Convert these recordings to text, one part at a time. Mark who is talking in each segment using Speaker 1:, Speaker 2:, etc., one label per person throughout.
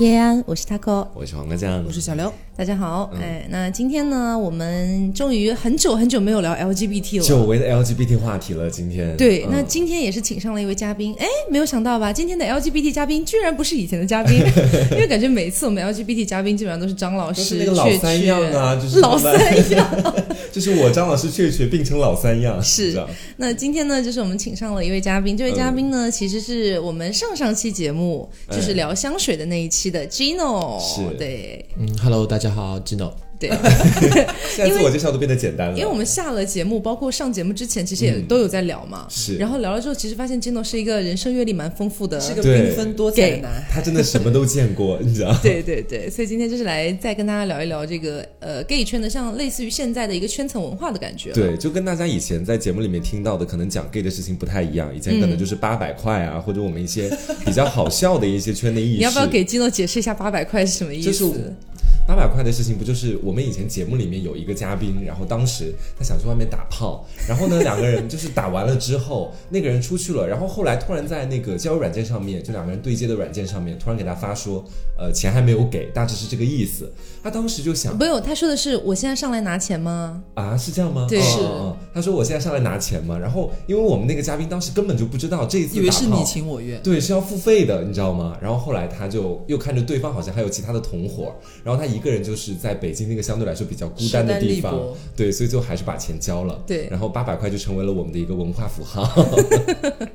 Speaker 1: 耶安，我是 Taco。
Speaker 2: 我是黄嗯瓜酱，
Speaker 3: 我是小刘，
Speaker 1: 大家好，哎，那今天呢，我们终于很久很久没有聊 LGBT 了。
Speaker 2: 久违的 LGBT 话题了，今天。
Speaker 1: 对，
Speaker 2: 嗯
Speaker 1: 那今天也是请上了一位嘉宾，哎，没有想到吧？今天的 LGBT 嘉宾居然不是以前的 嘉宾，因为感觉每次我们 LGBT 嘉宾基本上都是张老
Speaker 2: 都
Speaker 1: 师、
Speaker 2: 是那个老
Speaker 1: 雀
Speaker 2: 三
Speaker 1: 雀
Speaker 2: 样 啊，就是
Speaker 1: 老
Speaker 2: 慢
Speaker 1: 三
Speaker 2: 慢
Speaker 1: 样。
Speaker 2: 就是我张老师确确并成老三样，
Speaker 1: 是
Speaker 2: 这样
Speaker 1: 那今天呢，就是我们请上了一位嘉宾，这位嘉宾
Speaker 2: 嗯
Speaker 1: 呢，其实是我们上上期节目就是聊香水的那一期的 Gino，
Speaker 2: 是
Speaker 1: 对
Speaker 3: 嗯，Hello，大家好，Gino，
Speaker 1: 对，
Speaker 2: 现在自我介绍都变得简单了，
Speaker 1: 因为我们下了节目，包括上节目之前，其实也都有在聊嘛。
Speaker 2: 嗯是
Speaker 1: 然后聊了之后，其实发现 Gino 是一个人生阅历蛮丰富的，
Speaker 3: 是个
Speaker 2: 对
Speaker 3: 缤纷多彩的男孩。
Speaker 2: 他真的什么都见过，你知道。
Speaker 1: 对对对，所以今天就是来再跟大家聊一聊这个呃 gay 圈的，像类似于现在的一个圈层文化的感觉。
Speaker 2: 对，就跟大家以前在节目里面听到的，可能讲 gay 的事情不太一样。以前可
Speaker 1: 嗯
Speaker 2: 能就是八百块啊，或者我们一些比较好笑的一些圈内意 识。
Speaker 1: 你要不要给 Gino 解释一下八百块是什么意思？
Speaker 2: 就是八百块的事情，不就是我们以前节目里面有一个嘉宾，然后当时他想去外面打炮，然后呢两个人就是打完了之后，那个人出去了，然后后来突然在那个交友软件上面，就两个人对接的软件上面，突然给他发说，呃，钱还没有给，大致是这个意思。他当时就想
Speaker 1: 没有，他说的是我现在上来拿钱吗？
Speaker 2: 啊，是这样吗？
Speaker 1: 对
Speaker 2: 嗯
Speaker 1: 是
Speaker 2: 嗯嗯他说我现在上来拿钱嘛，然后因为我们那个嘉宾当时根本就不知道这一次
Speaker 3: 以为是
Speaker 2: 打炮
Speaker 3: 你情我愿，
Speaker 2: 对，是要付费的，你知道吗？然后后来他就又看着对方好像还有其他的同伙，然后他一个人就是在北京那个相对来说比较孤单的地
Speaker 3: 势单力
Speaker 2: 方
Speaker 3: 薄，
Speaker 2: 对，所以最后还是把钱交了。
Speaker 1: 对
Speaker 2: 然后八百块就成为了我们的一个文化符号。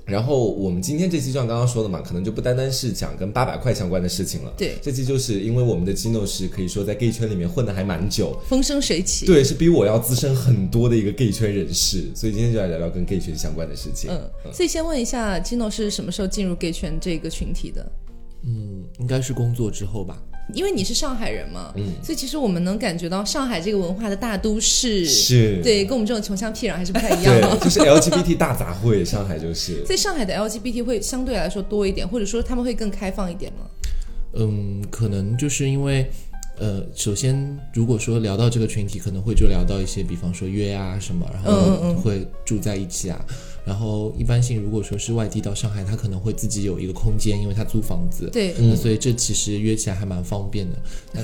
Speaker 2: 然后我们今天这期就像刚刚说的嘛，可能就不单单是讲跟八百块相关的事情了。
Speaker 1: 对
Speaker 2: 这期就是因为我们的 Gino 是可以说在 gay 圈里面混的还蛮久。
Speaker 1: 风生水起。
Speaker 2: 对，是比我要资深很多的一个 gay 圈人士，所以今天就来聊聊跟 gay 圈相关的事情。
Speaker 1: 嗯，所以先问一下，Gino 是什么时候进入 gay 圈这个群体的？
Speaker 3: 嗯，应该是工作之后吧。
Speaker 1: 因为你是上海人嘛，
Speaker 2: 嗯
Speaker 1: 所以其实我们能感觉到上海这个文化的大都市，
Speaker 2: 是
Speaker 1: 对，跟我们这种穷乡僻壤还是不太一样
Speaker 2: 对，
Speaker 1: 的。
Speaker 2: 就是 LGBT 大杂烩，上海就是。
Speaker 1: 所以上海的 LGBT 会相对来说多一点，或者说他们会更开放一点吗？
Speaker 3: 嗯，可能就是因为，呃，首先如果说聊到这个群体，可能会就聊到一些，比方说约啊什么，然
Speaker 1: 嗯
Speaker 3: 后会住在一起啊。然后一般性，如果说是外地到上海，他可能会自己有一个空间，因为他租房子。
Speaker 1: 对，
Speaker 3: 那所以这其实约起来还蛮方便的。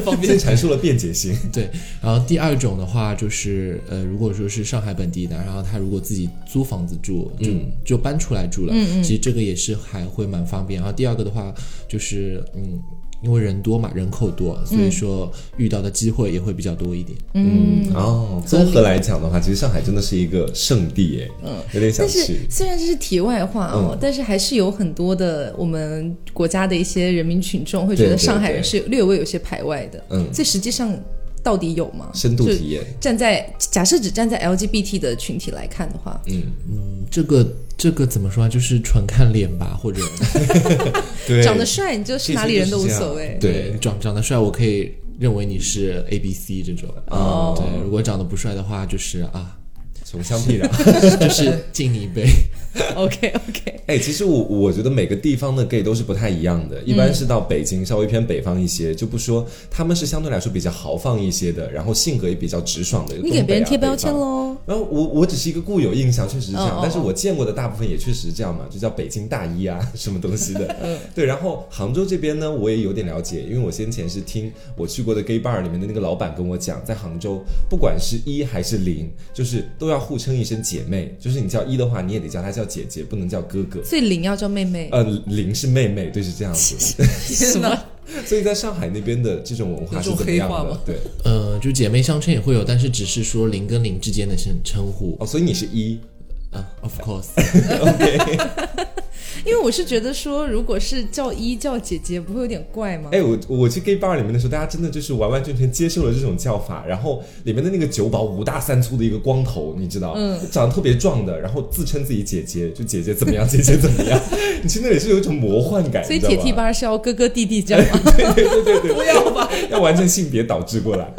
Speaker 2: 方便阐述了便捷性。
Speaker 3: 对，然后第二种的话就是，呃，如果说是上海本地的，然后他如果自己租房子住，就、就搬出来住了，嗯嗯其实这个也是还会蛮方便。然后第二个的话就是，嗯，因为人多嘛，人口多，所以说遇到的机会也会比较多一点。
Speaker 2: 嗯，哦，
Speaker 3: 所以
Speaker 2: 综合来讲的话，其实上海真的是一个圣地耶，有点想
Speaker 1: 嗯但
Speaker 2: 去
Speaker 1: 是。虽然这是题外话哦，
Speaker 2: 嗯
Speaker 1: 但是还是有很多的我们国家的一些人民群众会觉
Speaker 2: 对
Speaker 1: 得
Speaker 2: 对
Speaker 1: 上海人是略微有些排外的。
Speaker 2: 嗯
Speaker 1: 所以实际上到底有吗？
Speaker 2: 深度
Speaker 1: 就
Speaker 2: 体验，
Speaker 1: 站在假设只站在 LGBT 的群体来看的话，
Speaker 3: 嗯这个这个怎么说啊？就是纯看脸吧，或者
Speaker 2: 嗯对
Speaker 1: 长得帅你就是哪里人都无所谓。
Speaker 2: 对
Speaker 3: 长长得帅，我可以认为你是 A B C 这种。
Speaker 1: 哦
Speaker 3: 对，如果长得不帅的话，就是啊，
Speaker 2: 穷乡 僻壤。
Speaker 3: 就是敬你一杯。
Speaker 1: OK OK，
Speaker 2: 哎，其实我我觉得每个地方的 gay 都是不太一样
Speaker 1: 嗯
Speaker 2: 的，一般是到北京稍微偏北方一些，就不说他们是相对来说比较豪放一些的，然后性格也比较直爽的。
Speaker 1: 你给别人贴标签
Speaker 2: 了。
Speaker 1: 喽。
Speaker 2: 然后我我只是一个固有印象，确实是这样，
Speaker 3: 嗯
Speaker 1: 哦哦哦
Speaker 2: 但是我见过的大部分也确实是这样嘛，就叫北京大衣啊， 什么东西的。
Speaker 3: 嗯
Speaker 2: 对，然后杭州这边呢，我也有点了解，因为我先前是听我去过的 gay bar 里面的那个老板跟我讲，在杭州不管是一还是零，就是都要互称一声姐妹，就是你叫一的话，你也得叫她叫姐姐，不能叫哥 哥。
Speaker 1: 所以零要叫妹妹，
Speaker 2: 呃，零是妹妹，对，是这样子。
Speaker 1: 什么？
Speaker 2: 所以在上海那边的这种文化是
Speaker 3: 那种
Speaker 2: 怎么样
Speaker 3: 黑化
Speaker 2: 的
Speaker 3: 吗？
Speaker 2: 对，
Speaker 3: 呃，就姐妹相称也会有，但是只是说零跟零之间的称称呼
Speaker 2: 哦，所以你是一，
Speaker 3: 啊，of course，
Speaker 1: 因为我是觉得说，如果是叫一叫姐姐，不会有点怪吗？
Speaker 2: 哎，我我去 gay bar 里面的时候，大家真的就是完完全全接受了这种叫法。然后里面的那个酒保五大三粗的一个光头，你知道，嗯，长得特别壮的，然后自称自己姐姐，就姐姐怎么样，姐姐怎么样。 你去那里是有一种魔幻感，
Speaker 1: 所以
Speaker 2: 你知道
Speaker 1: 铁
Speaker 2: 吧哎
Speaker 1: 蹄吧是要哥哥弟弟叫吗？
Speaker 2: 对对对对，不要吧，要完成性别导致过来。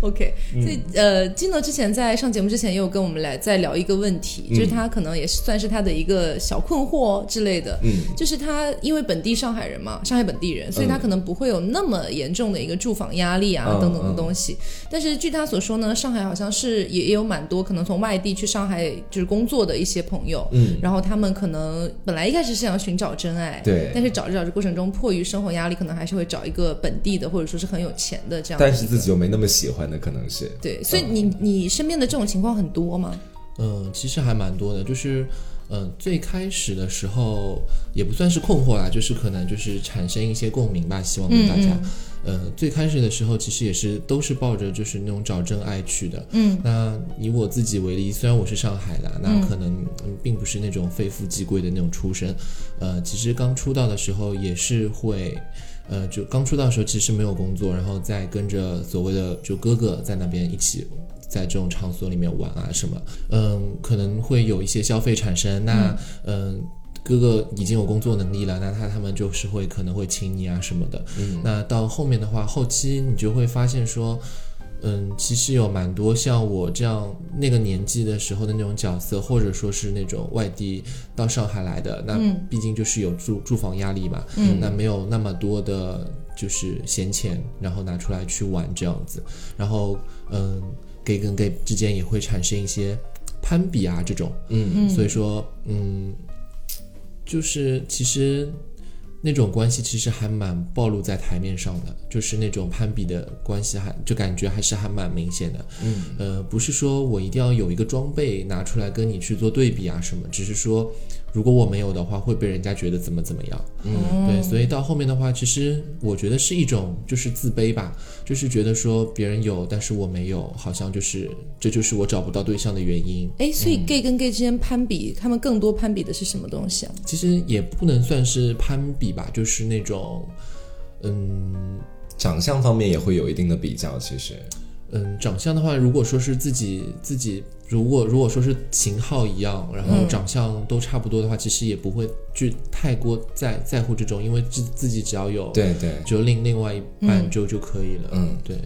Speaker 1: OK，所
Speaker 2: 嗯
Speaker 1: 以呃，金诺之前在上节目之前也有跟我们来再聊一个问题，就是
Speaker 2: 嗯
Speaker 1: 他可能也是算是他的一个小困惑之类的，
Speaker 2: 嗯，
Speaker 1: 就是他因为本地上海人嘛，上海本地人，所以他可能不会有那么严重的一个住房压力啊
Speaker 2: 嗯
Speaker 1: 等等的东西。但是据他所说呢，上海好像是也也有蛮多可能从外地去上海就是工作的一些朋友，
Speaker 2: 嗯，
Speaker 1: 然后他们可能本来一开始是想寻找真爱，
Speaker 2: 对
Speaker 1: 但是找着找着过程中，迫于生活压力，可能还是会找一个本地的或者说是很有钱的这样的一
Speaker 2: 但
Speaker 1: 个。
Speaker 2: 是自己又嗯没那么喜欢的，可能是。
Speaker 1: 对，所以你你身边的这种情况很多吗？
Speaker 3: 嗯，其实还蛮多的，就是嗯，最开始的时候也不算是困惑啦，就是可能就是产生一些共鸣吧，希望跟大家。呃，最开始的时候其实也是都是抱着就是那种找真爱去的。
Speaker 1: 嗯，
Speaker 3: 那以我自己为例，虽然我是上海的，那可能嗯并不是那种非富即贵的那种出身。呃，其实刚出道的时候也是会，呃，就刚出道的时候其实没有工作，然后再跟着所谓的就哥哥在那边一起。在这种场所里面玩啊什么，嗯，可能会有一些消费产生。那嗯，哥哥已经有工作能力了，那他他们就是会可能会请你啊什么的。
Speaker 2: 嗯，
Speaker 3: 那到后面的话，后期你就会发现说，嗯，其实有蛮多像我这样那个年纪的时候的那种角色，或者说是那种外地到上海来的，那
Speaker 1: 嗯
Speaker 3: 毕竟就是有住住房压力嘛，
Speaker 1: 嗯
Speaker 3: 那没有那么多的就是闲钱，然后拿出来去玩这样子，然后嗯，gay 跟 gay 之间也会产生一些攀比啊这种，
Speaker 2: 嗯
Speaker 3: 所以说，嗯，就是其实那种关系其实还蛮暴露在台面上的，就是那种攀比的关系还就感觉还是还蛮明显的。
Speaker 2: 嗯，
Speaker 3: 呃，不是说我一定要有一个装备拿出来跟你去做对比啊什么，只是说如果我没有的话，会被人家觉得怎么怎么样。
Speaker 1: 嗯
Speaker 3: 对，所以到后面的话，其实我觉得是一种就是自卑吧，就是觉得说别人有，但是我没有，好像就是这就是我找不到对象的原因。
Speaker 1: 哎，所
Speaker 2: 嗯
Speaker 1: 以 gay 跟 gay 之间攀比，他们更多攀比的是什么东西啊？
Speaker 3: 其实也不能算是攀比吧，就是那种，嗯
Speaker 2: 长相方面也会有一定的比较，其实。
Speaker 3: 嗯，长相的话，如果说是自己自己，如果如果说是型号一样，然后长相都差不多的话，其实也不会去太过在在乎这种，因为自自己只要有
Speaker 2: 对对，
Speaker 3: 只有另另外一半就、就可以了。
Speaker 2: 嗯，
Speaker 3: 对，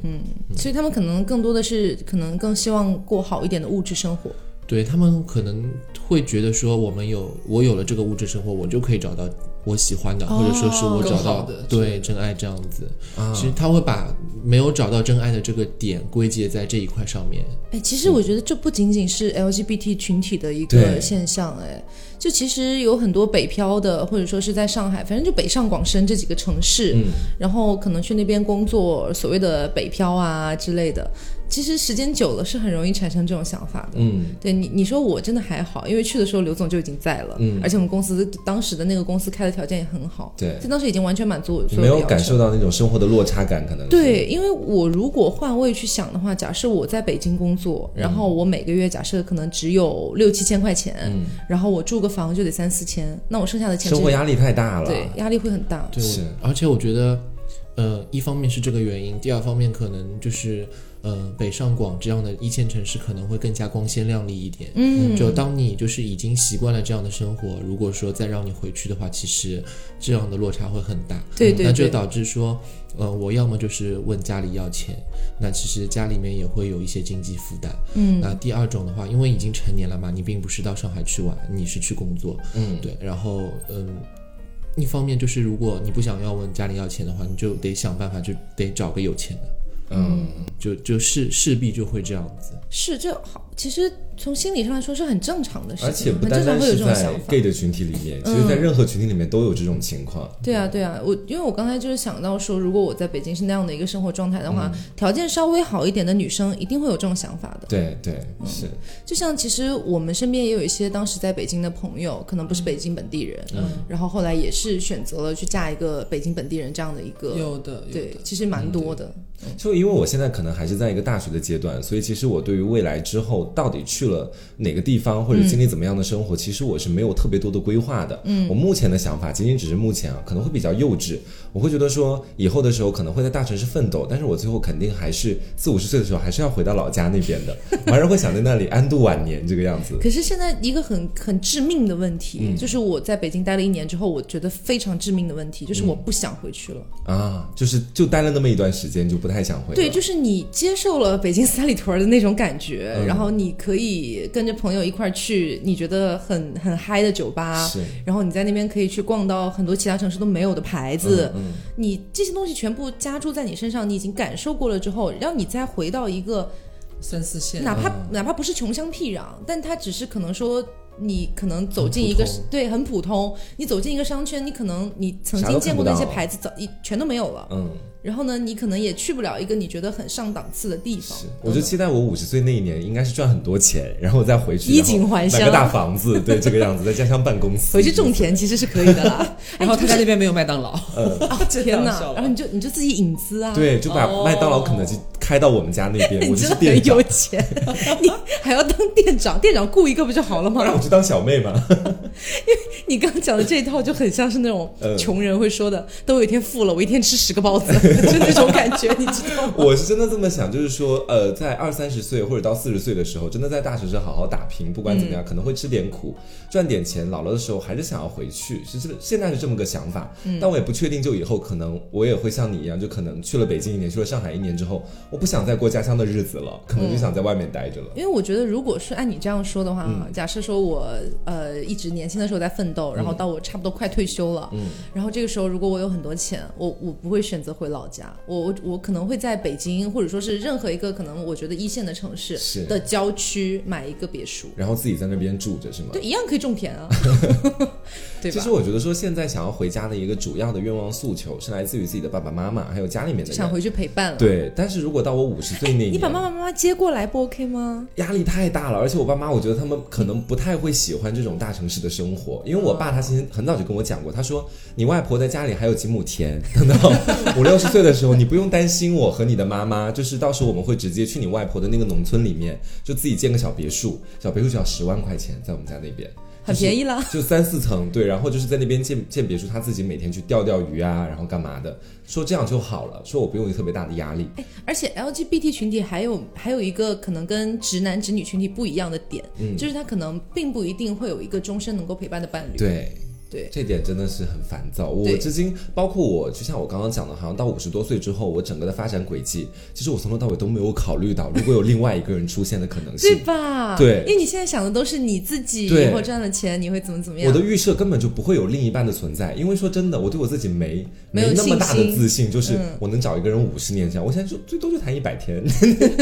Speaker 1: 所以他们可能更多的是可能更希望过好一点的物质生活。
Speaker 3: 对他们可能会觉得说，我们有我有了这个物质生活，我就可以找到我喜欢的，
Speaker 1: 哦
Speaker 3: 或者说是我找
Speaker 4: 更好
Speaker 3: 到
Speaker 4: 的
Speaker 3: 对真爱这样子。
Speaker 2: 啊
Speaker 3: 其实他会把没有找到真爱的这个点归结在这一块上面。
Speaker 1: 哎，其实我觉得这不仅仅是 LGBT 群体的一个
Speaker 2: 对
Speaker 1: 现象，哎，就其实有很多北漂的，或者说是在上海，反正就北上广深这几个城市，
Speaker 2: 嗯
Speaker 1: 然后可能去那边工作，所谓的北漂啊之类的，其实时间久了是很容易产生这种想法的。
Speaker 2: 嗯
Speaker 1: 对你，你说我真的还好，因为去的时候刘总就已经在了，
Speaker 2: 嗯
Speaker 1: 而且我们公司当时的那个公司开的条件也很好，
Speaker 2: 对
Speaker 1: 就当时已经完全满足我所
Speaker 2: 你
Speaker 1: 有
Speaker 2: 没
Speaker 1: 的要
Speaker 2: 有
Speaker 1: 求。
Speaker 2: 感受到那种生活的落差感，可能是
Speaker 1: 对，因为我如果换位去想的话，假设我在北京工作，然后我每个月假设可能只有六七千块钱，
Speaker 2: 嗯
Speaker 1: 然后我住个房就得三四千，那我剩下的钱
Speaker 2: 生活
Speaker 1: 是
Speaker 2: 压力太大了。
Speaker 1: 对压力会很大。
Speaker 3: 对，我
Speaker 2: 是
Speaker 3: 而且我觉得，呃，一方面是这个原因，第二方面可能就是，呃，北上广这样的一线城市可能会更加光鲜亮丽一点。
Speaker 1: 嗯，
Speaker 3: 就当你就是已经习惯了这样的生活，如果说再让你回去的话，其实这样的落差会很大。
Speaker 1: 对对
Speaker 3: 那就
Speaker 1: 对，
Speaker 3: 导致说，呃，我要么就是问家里要钱，那其实家里面也会有一些经济负担。
Speaker 1: 嗯
Speaker 3: 那第二种的话，因为已经成年了嘛，你并不是到上海去玩，你是去工作，
Speaker 2: 嗯，
Speaker 3: 对。然后，嗯，一方面就是如果你不想要问家里要钱的话，你就得想办法，就得找个有钱的，
Speaker 2: 嗯，
Speaker 3: 就就势势必就会这样子。
Speaker 1: 是这好，其实从心理上来说是很正常的事
Speaker 2: 而
Speaker 1: 情，
Speaker 2: 且不
Speaker 1: 很
Speaker 2: 单
Speaker 1: 正常
Speaker 2: 单
Speaker 1: 会有
Speaker 2: 是
Speaker 1: 这种
Speaker 2: 在
Speaker 1: 想法
Speaker 2: gay。的群体里面，其
Speaker 1: 嗯
Speaker 2: 实在任何群体里面都有这种情况。
Speaker 1: 对啊，对啊，我因为我刚才就是想到说，如果我在北京是那样的一个生活状态的
Speaker 2: 嗯
Speaker 1: 话，条件稍微好一点的女生一定会有这种想法的。
Speaker 2: 对对是，
Speaker 1: 就像其实我们身边也有一些当时在北京的朋友，可能
Speaker 4: 嗯
Speaker 1: 不是北京本地人，然后后来也是选择了去嫁一个北京本地人这样的一个，
Speaker 4: 有的，有
Speaker 1: 对
Speaker 4: 的，，嗯
Speaker 1: 其实蛮多的。
Speaker 2: 就因为我现在可能还是在一个大学的阶段，所以其实我对于未来之后到底去去了哪个地方
Speaker 1: 嗯
Speaker 2: 或者经历怎么样的生活，其实我是没有特别多的规划的。嗯，我目前的想法仅仅只是目前啊，可能会比较幼稚。我会觉得说，以后的时候可能会在大城市奋斗，但是我最后肯定还是四五十岁的时候，还是要回到老家那边的。我还是会想在那里安度晚年这个样子。
Speaker 1: 可是现在一个很很致命的问题，
Speaker 4: 嗯
Speaker 1: 就是我在北京待了一年之后，我觉得非常致命的问题
Speaker 4: 嗯
Speaker 1: 就是我不想回去了。
Speaker 2: 啊，就是就待了那么一段时间，就不太想回了。
Speaker 1: 对，就是你接受了北京三里屯的那种感觉，
Speaker 4: 嗯
Speaker 1: 然后你可以跟着朋友一块儿去你觉得很很嗨的酒吧，
Speaker 2: 是
Speaker 1: 然后你在那边可以去逛到很多其他城市都没有的牌子，
Speaker 3: 嗯
Speaker 1: 你这些东西全部加注在你身上，你已经感受过了之后，让你再回到一个
Speaker 3: 三四线
Speaker 1: 哪
Speaker 3: 啊
Speaker 1: 怕、哪怕不是穷乡僻壤，但它只是可能说。你可能走进一个
Speaker 3: 很普通
Speaker 1: 对很普通，你走进一个商圈，你可能你曾
Speaker 2: 啥都
Speaker 1: 经见
Speaker 2: 看
Speaker 1: 过
Speaker 2: 不
Speaker 1: 那些
Speaker 2: 到
Speaker 1: 牌子，早一全都没有了。
Speaker 2: 嗯。
Speaker 1: 然后呢，你可能也去不了一个你觉得很上档次的地方。
Speaker 2: 我就期待我五十岁那一年应该是赚很多钱，然后我再回去
Speaker 1: 衣
Speaker 2: 然后
Speaker 1: 锦还乡
Speaker 2: 买个大房子，对这个样子，再加上办公 司，
Speaker 1: 回去种田其实是可以的 啦。哎
Speaker 3: 然后他在那边没有麦当劳，
Speaker 1: 啊， 天
Speaker 3: 太好笑
Speaker 1: 哪！
Speaker 3: 了
Speaker 1: 然后你就你就自己引资啊，
Speaker 2: 就是，，对，就把
Speaker 3: 哦
Speaker 2: 麦当劳、肯德基开到我们家那 边，
Speaker 1: 你
Speaker 2: 我
Speaker 1: 真
Speaker 2: 就是
Speaker 1: 的
Speaker 2: 店
Speaker 1: 很
Speaker 2: 长
Speaker 1: 有，钱， 你还要当店长，店长雇一个不就好了
Speaker 2: 不然
Speaker 1: 吗
Speaker 2: 我？去当小妹嘛。
Speaker 1: 你刚刚讲的这一套就很像是那种
Speaker 2: 嗯
Speaker 1: 穷人会说的，都有一天富了，我一天吃十个包子， 就那种感觉，你知道吗？
Speaker 2: 我是真的这么想，就是说，呃，在二三十岁或者到四十岁的时候，真的在大城市好好打拼，不管怎
Speaker 1: 嗯
Speaker 2: 么样，可能会吃点苦，赚点钱，老了的时候还是想要回去，是这个现在是这么个想法。
Speaker 1: 嗯
Speaker 2: 但我也不确定，就以后可能我也会像你一样，就可能去了北京一年，去了上海一年之后，我不想再过家乡的日子了，
Speaker 1: 嗯
Speaker 2: 可能就想在外面待着了。
Speaker 1: 因为我觉得，如果是按你这样说的
Speaker 2: 嗯
Speaker 1: 话，假设说我呃一直年轻的时候在奋斗，
Speaker 2: 嗯
Speaker 1: 然后到我差不多快退休了，然后这个时候如果我有很多钱，我我不会选择回老家，我我我可能会在北京或者说是任何一个可能我觉得一线的城
Speaker 2: 是
Speaker 1: 市的郊区买一个别墅，
Speaker 2: 然后自己在那边住着是吗？
Speaker 1: 对，一样可以种 田啊，对
Speaker 2: 其
Speaker 1: 吧
Speaker 2: 实？我觉得说，现在想要回家的一个主要的愿望诉求是来自于自己的爸爸妈妈，还有家里面的人。
Speaker 1: 想回去陪伴了。啊
Speaker 2: 对，但是如果到我五十岁那年，
Speaker 1: 你把妈妈妈妈接过来不 OK 吗？
Speaker 2: 压力太大了，而且我爸妈，我觉得他们可能不太会喜欢这种大城市的生活，因为我爸他其实很早就跟我讲过，他说你外婆在家里还有几亩田，等到 五六十岁的时候，你不用担心我和你的妈妈，就是到时候我们会直接去你外婆的那个农村里面，就自己建个小别墅，小别墅只要十万块钱，在我们家那边。
Speaker 1: 很便宜啦，
Speaker 2: 就三四层，对，然后就是在那边建建别墅，他自己每天去钓钓鱼啊，然后干嘛的，说这样就好了，说我不用有特别大的压力。
Speaker 1: 而且 LGBT 群体还有还有一个可能跟直男直女群体不一样的点，
Speaker 2: 嗯
Speaker 1: 就是他可能并不一定会有一个终身能够陪伴的伴侣。
Speaker 2: 对，
Speaker 1: 对
Speaker 2: 这点真的是很烦躁。我
Speaker 1: 对
Speaker 2: 至今，包括我，就像我刚刚讲的，好像到五十多岁之后，我整个的发展轨迹，其实我从头到尾都没有考虑到，如果有另外一个人出现的可能
Speaker 1: 对
Speaker 2: 性，
Speaker 1: 吧？
Speaker 2: 对
Speaker 1: 因为你现在想的都是你自己
Speaker 2: 对
Speaker 1: 以后赚了钱你会怎么怎么样。
Speaker 2: 我的预设根本就不会有另一半的存在。因为说真的，我对我自己没
Speaker 1: 没有
Speaker 2: 那么
Speaker 1: 信
Speaker 2: 大的
Speaker 1: 心
Speaker 2: 自信，就是
Speaker 1: 嗯
Speaker 2: 我能找一个人五十年这样。我现在就最多就谈一百天，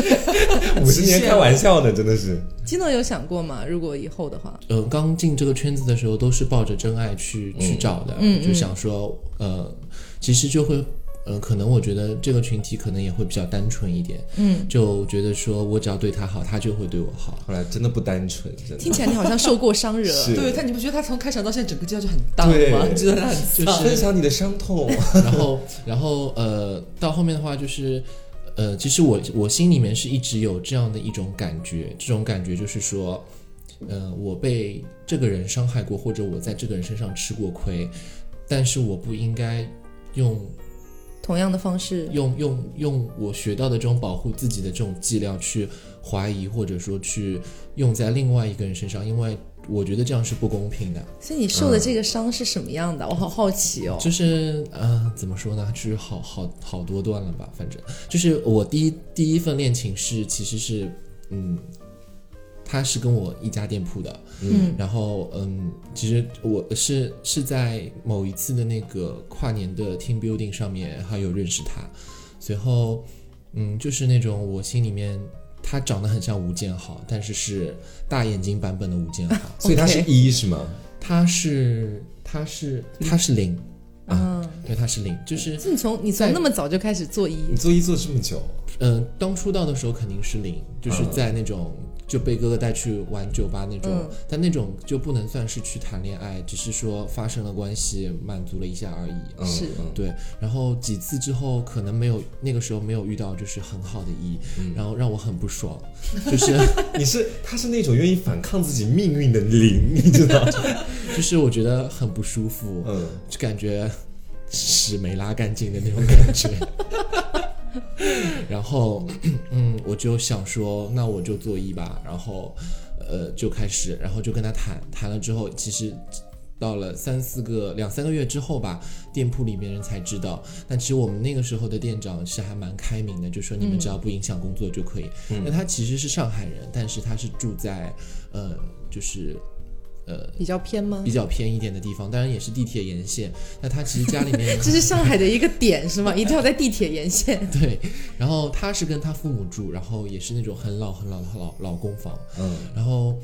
Speaker 2: 五十
Speaker 3: 极
Speaker 2: 年
Speaker 3: 限
Speaker 2: 开玩笑呢，真的是。
Speaker 1: 基诺有想过吗？如果以后的话，
Speaker 3: 呃，刚进这个圈子的时候都是抱着真爱去、去找的，就想说，呃，其实就会。呃，可能我觉得这个群体可能也会比较单纯一点，嗯，就觉得说我只要对他好，他就会对我好。
Speaker 2: 后来真的不单纯，真的
Speaker 1: 听。起来你好像受过伤惹。
Speaker 2: 是
Speaker 3: 对，但你不觉得他从开场到现在整个基调就很荡
Speaker 2: 对
Speaker 3: 吗？你觉得他很
Speaker 2: 就是
Speaker 3: 丧
Speaker 2: 分享你的伤痛，
Speaker 3: 然后，然后呃，到后面的话就是，呃，其实我我心里面是一直有这样的一种感觉，这种感觉就是说，呃，我被这个人伤害过，或者我在这个人身上吃过亏，但是我不应该用
Speaker 1: 同样的方式，
Speaker 3: 用用用我学到的这种保护自己的这种伎俩去怀疑，或者说去用在另外一个人身上，因为我觉得这样是不公平的。
Speaker 1: 所以你受的这个伤是什么样的？我好好奇哦。
Speaker 3: 就是呃，怎么说呢？就是好好好多段了吧，反正就是我第一第一份恋情是其实是嗯，他是跟我一家店铺的，
Speaker 1: 嗯，
Speaker 3: 然后嗯，其实我是是在某一次的那个跨年的 team building 上面还有认识他，随后嗯，就是那种我心里面。他长得很像吴建豪，但是是大眼睛版本的吴建豪。
Speaker 2: 所以他是
Speaker 1: OK
Speaker 2: 一是吗？
Speaker 3: 他是他是他是零，
Speaker 1: 嗯，
Speaker 3: 对，他是零，就是
Speaker 1: 所以你从你
Speaker 3: 在
Speaker 1: 从那么早就开始做医，
Speaker 3: 呃
Speaker 2: 你做一做这么久，
Speaker 3: 嗯，刚出道的时候肯定是零，就是在那种就被哥哥带去玩酒吧那种，
Speaker 1: 嗯
Speaker 3: 但那种就不能算是去谈恋爱，只是说发生了关系，满足了一下而已。
Speaker 2: 嗯
Speaker 1: 是
Speaker 2: 嗯
Speaker 3: 对，然后几次之后，可能没有那个时候没有遇到就是很好的一，
Speaker 1: 嗯
Speaker 3: 然后让我很不爽，就是
Speaker 2: 你是他是那种愿意反抗自己命运的灵，你知道？
Speaker 3: 就是我觉得很不舒服，
Speaker 2: 嗯，
Speaker 3: 就感觉屎没拉干净的那种感觉。 然后，嗯，我就想说，那我就做一吧。然后，呃，就开始，然后就跟他谈，谈了之后，其实到了三四个、两三个月之后吧，店铺里面人才知道。但其实我们那个时候的店长是还蛮开明的，就说你们只要不影响工作就可以。那他其实是上海人，但是他是住在，呃，就是呃
Speaker 1: 比较偏吗
Speaker 3: 比？较偏一点的地方，当然也是地铁沿线。那他其实家里面
Speaker 1: 这是上海的一个点是吗？一定要在地铁沿线。
Speaker 3: 对，然后他是跟他父母住，然后也是那种很老很老的老老公房，
Speaker 2: 嗯，
Speaker 3: 然后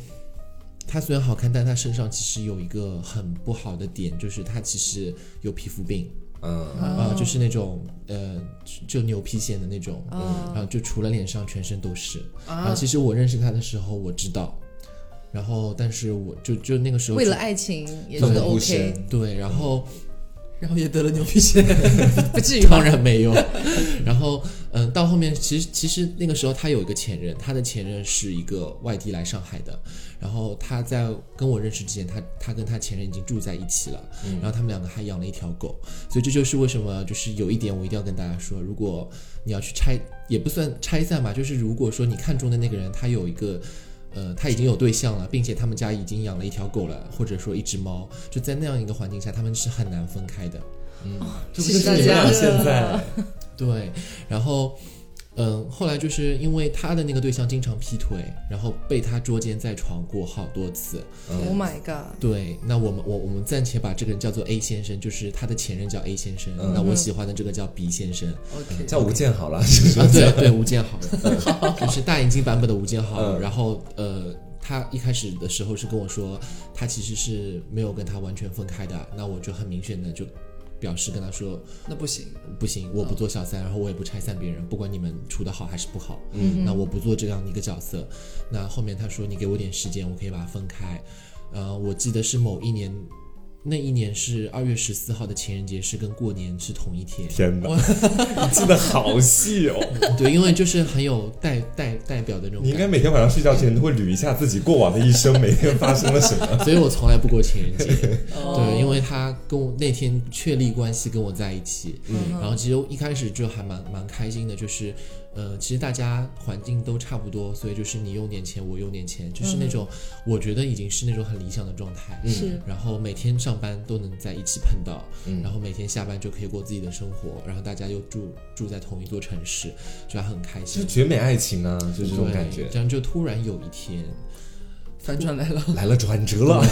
Speaker 3: 他虽然好看，但他身上其实有一个很不好的点，就是他其实有皮肤病
Speaker 2: 嗯，
Speaker 3: 啊、
Speaker 1: 哦
Speaker 3: 就是那种呃就牛皮癣的那种，呃
Speaker 1: 哦
Speaker 3: 然后就除了脸上全身都是。然后
Speaker 1: 啊，
Speaker 3: 其实我认识他的时候我知道，然后但是我就就那个时候
Speaker 1: 为
Speaker 3: 就
Speaker 1: 了爱情也觉
Speaker 2: 奋
Speaker 1: 得
Speaker 2: 不顾
Speaker 1: OK，嗯
Speaker 2: 身，
Speaker 3: 对，然后。 然后也得了牛皮癣，
Speaker 1: 不至于吧
Speaker 3: 当然没有。 然后，嗯，到后面其实其实那个时候他有一个前任，他的前任是一个外地来上海的。然后他在跟我认识之前，他他跟他前任已经住在一起了。
Speaker 1: 嗯
Speaker 3: 然后他们两个还养了一条狗，所以这就是为什么就是有一点我一定要跟大家说，如果你要去拆，也不算拆散吧，就是如果说你看中的那个人他有一个。呃，他已经有对象了，并且他们家已经养了一条狗了，或者说一只猫，就在那样一个环境下，他们是很难分开的。
Speaker 2: 这不
Speaker 1: 谢
Speaker 2: 就
Speaker 1: 谢
Speaker 2: 是你们
Speaker 1: 大
Speaker 2: 俩
Speaker 1: 家
Speaker 2: 现在？
Speaker 3: 对，然后，嗯，后来就是因为他的那个对象经常劈腿，然后被他捉奸在床过好多次。
Speaker 1: Oh my god！
Speaker 3: 对，那我们我我们暂且把这个人叫做 A 先生，就是他的前任叫 A 先生，那我喜欢的这个叫 B 先生。
Speaker 2: 叫吴健好了，就是
Speaker 3: 啊，对对，吴建 豪，就是大眼睛版本的吴建豪。
Speaker 2: 嗯。
Speaker 3: 然后呃，他一开始的时候是跟我说，他其实是没有跟他完全分开的，那我就很明显的就表示跟他说，
Speaker 4: 那不行，
Speaker 3: 不行，我不做小三，然后我也不拆散别人，不管你们处的好还是不好，嗯，那我不做这样一个角色。那后面他说你给我点时间，我可以把它分开。呃，我记得是某一年，那一年是二月十四号的情人节，是跟过年是同一天
Speaker 2: 天哪，你记得好细哦！
Speaker 3: 对，因为就是很有代代代表的那 种
Speaker 2: 你应该
Speaker 3: 感
Speaker 2: 每天晚上睡觉前都会捋一下自己过往的一生，每天发生了什么。
Speaker 3: 觉，所以我从来不过情人节。
Speaker 2: 哦
Speaker 3: 对，因
Speaker 1: 为
Speaker 3: 为他跟我那天确立关系跟我在一起，
Speaker 2: 嗯
Speaker 3: 然后其实一开始就还蛮蛮开心的，就是，呃，其实大家环境都差不多，所以就是你用点钱，我用点钱，就是
Speaker 2: 嗯
Speaker 3: 那种、我觉得已经是那种很理想的状态。
Speaker 1: 是
Speaker 3: 然后每天上班都能在一起碰到，
Speaker 2: 嗯
Speaker 3: 然后每天下班就可以过自己的生活，然后大家又住住在同一座城市，就还很开
Speaker 2: 就
Speaker 3: 心
Speaker 2: 是。绝美爱情啊，就是这种
Speaker 3: 对
Speaker 2: 感觉。
Speaker 3: 这样就突然有一天，
Speaker 4: 反转来了。
Speaker 2: 来了转折了，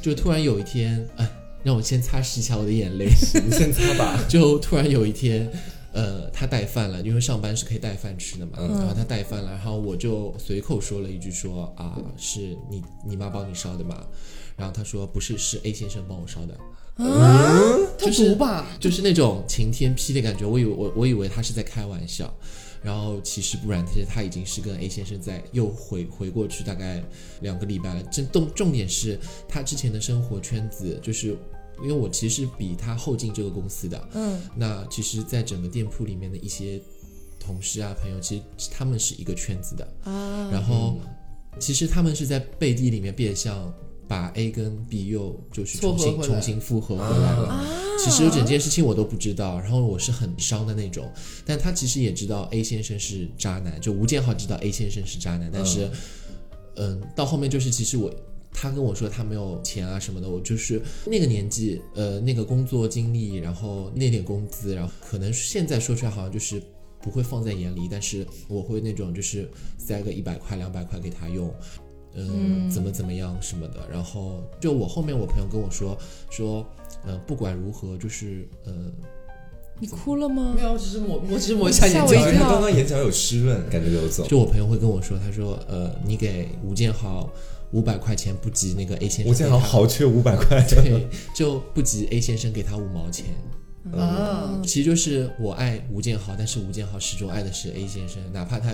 Speaker 3: 就突然有一天，哎，让我先擦拭一下我的眼泪。
Speaker 2: 你先擦吧。
Speaker 3: 就突然有一天，呃，他带饭了，因为上班是可以带饭吃的嘛，然后他带饭了，然后我就随口说了一句说啊，是你你妈帮你烧的吗？然后他说不是，是 A 先生帮我烧的，
Speaker 1: 啊
Speaker 4: 他毒吧？
Speaker 3: 就是那种晴天霹雳感觉，我以为我我以为他是在开玩笑，然后其实不然，其实他已经是跟 A 先生在又回回过去大概两个礼拜了。真重重点是他之前的生活圈子，就是因为我其实比他后进这个公司的，
Speaker 1: 嗯
Speaker 3: 那其实，在整个店铺里面的一些同事啊、朋友，其实他们是一个圈子的。
Speaker 1: 啊，
Speaker 3: 然后，其实他们是在背地里面变相把 A 跟 B 又就是重
Speaker 4: 撮合
Speaker 3: 新
Speaker 4: 回来
Speaker 3: 重新复合回来了。其实有整件事情我都不知道，然后我是很伤的那种。但他其实也知道 A 先生是渣男，就吴建豪知道 A 先生是渣男，但是，嗯，到后面就是其实我。他跟我说他没有钱啊什么的，我就是那个年纪，呃，那个工作经历，然后那点工资，然后可能现在说出来好像就是不会放在眼里，但是我会那种就是塞个一百块两百块给他用，嗯，怎么怎么样什么的。然后就我后面我朋友跟我说说，呃，不管如何就是呃，
Speaker 1: 你哭了吗
Speaker 4: 没？有，只是抹，我只是抹一下眼
Speaker 1: 吓我一
Speaker 4: 角
Speaker 1: 跳。
Speaker 2: 因为他刚刚眼角有湿润，感觉流走。
Speaker 3: 就我朋友会跟我说，他说呃，你给吴建豪五百块钱不及那个 A 先生，
Speaker 2: 吴建豪豪缺五百块。
Speaker 3: 对，就不及 A 先生给他五毛钱。
Speaker 4: 啊，
Speaker 3: 其实就是我爱吴建豪，但是吴建豪始终爱的是 A 先生，哪怕他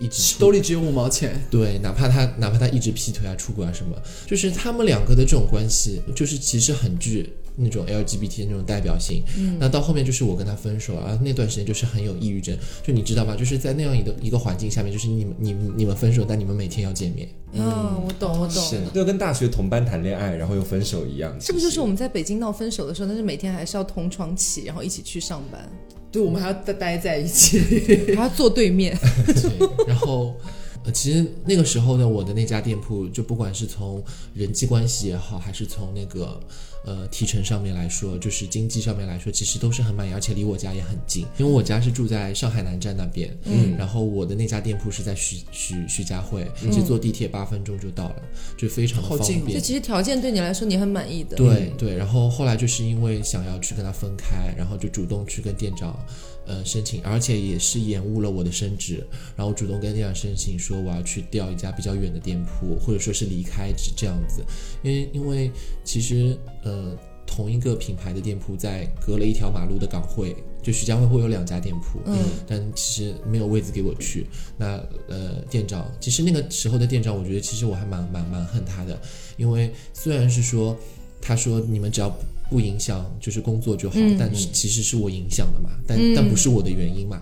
Speaker 3: 一直
Speaker 4: 兜里只有五毛钱，
Speaker 3: 对，哪怕他哪怕他一直劈腿啊、出轨啊什么，就是他们两个的这种关系，就是其实很具那种 LGBT 那种代表性。那到后面就是我跟他分手啊，那段时间就是很有抑郁症，就你知道吧？就是在那样一个一个环境下面，就是你们你们你们分手，但你们每天要见面。
Speaker 1: 嗯，我懂，我懂。
Speaker 3: 是
Speaker 2: 就跟大学同班谈恋爱，然后又分手一样。
Speaker 1: 这不就是我们在北京闹分手的时候，但是每天还是要同床起，然后一起去上班，
Speaker 4: 对我们还要待待在一起。
Speaker 1: 还要坐对面。
Speaker 3: 对，然后。呃，其实那个时候呢，我的那家店铺，就不管是从人际关系也好，还是从那个呃提成上面来说，就是经济上面来说，其实都是很满意，而且离我家也很近，因为我家是住在上海南站那边，嗯，然后我的那家店铺是在徐徐徐家汇，其实坐地铁八分钟就到了，就非常的
Speaker 4: 好
Speaker 3: 方
Speaker 4: 近哦
Speaker 1: 就
Speaker 3: 便。
Speaker 1: 其实条件对你来说你很满意的。
Speaker 3: 对对，然后后来就是因为想要去跟他分开，然后就主动去跟店长，呃，申请，而且也是延误了我的升职，然后主动跟店长申请说我要去调一家比较远的店铺，或者说是离开这这样子，因为因为其实呃。同一个品牌的店铺在隔了一条马路的港汇，就徐家汇会有两家店铺，
Speaker 1: 嗯，
Speaker 3: 但其实没有位置给我去。那呃，店长，其实那个时候的店长，我觉得其实我还蛮蛮蛮恨他的，因为虽然是说他说你们只要不不影响就是工作就好，但是其实是我影响了嘛，但、但不是我的原因嘛。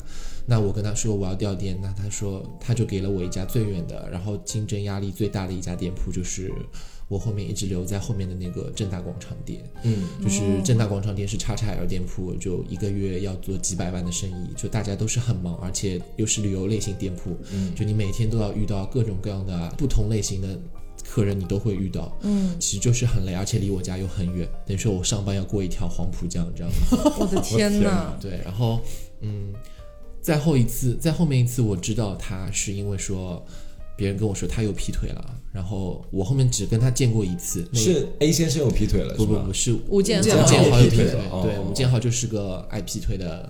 Speaker 3: 那我跟他说我要调店，那他说他就给了我一家最远的，然后竞争压力最大的一家店铺，就是我后面一直留在后面的那个正大广场店。
Speaker 2: 嗯，
Speaker 3: 就是正大广场店是叉叉 L 店铺，就一个月要做几百万的生意，就大家都是很忙，而且又是旅游类型店铺，嗯，就你每天都要遇到各种各样的不同类型的。客人你都会遇到，嗯，其实就是很累，而且离我家又很远，等于说我上班要过一条黄浦江，这样子，
Speaker 1: 我的天哪！
Speaker 3: 对，然后，嗯，再后一次，在后面一次我知道他是因为说，别人跟我说他又劈腿了，然后我后面只跟他见过一次，那
Speaker 2: 是 A 先生有劈腿了，
Speaker 3: 不
Speaker 2: 是
Speaker 3: 不
Speaker 2: 吗？
Speaker 3: 不是
Speaker 1: 吴建
Speaker 4: 吴建
Speaker 1: 豪
Speaker 4: 豪
Speaker 3: 建豪有
Speaker 2: 劈
Speaker 3: 劈
Speaker 2: 腿
Speaker 3: 腿
Speaker 2: 哦，
Speaker 3: 对，吴建豪就是个爱劈腿的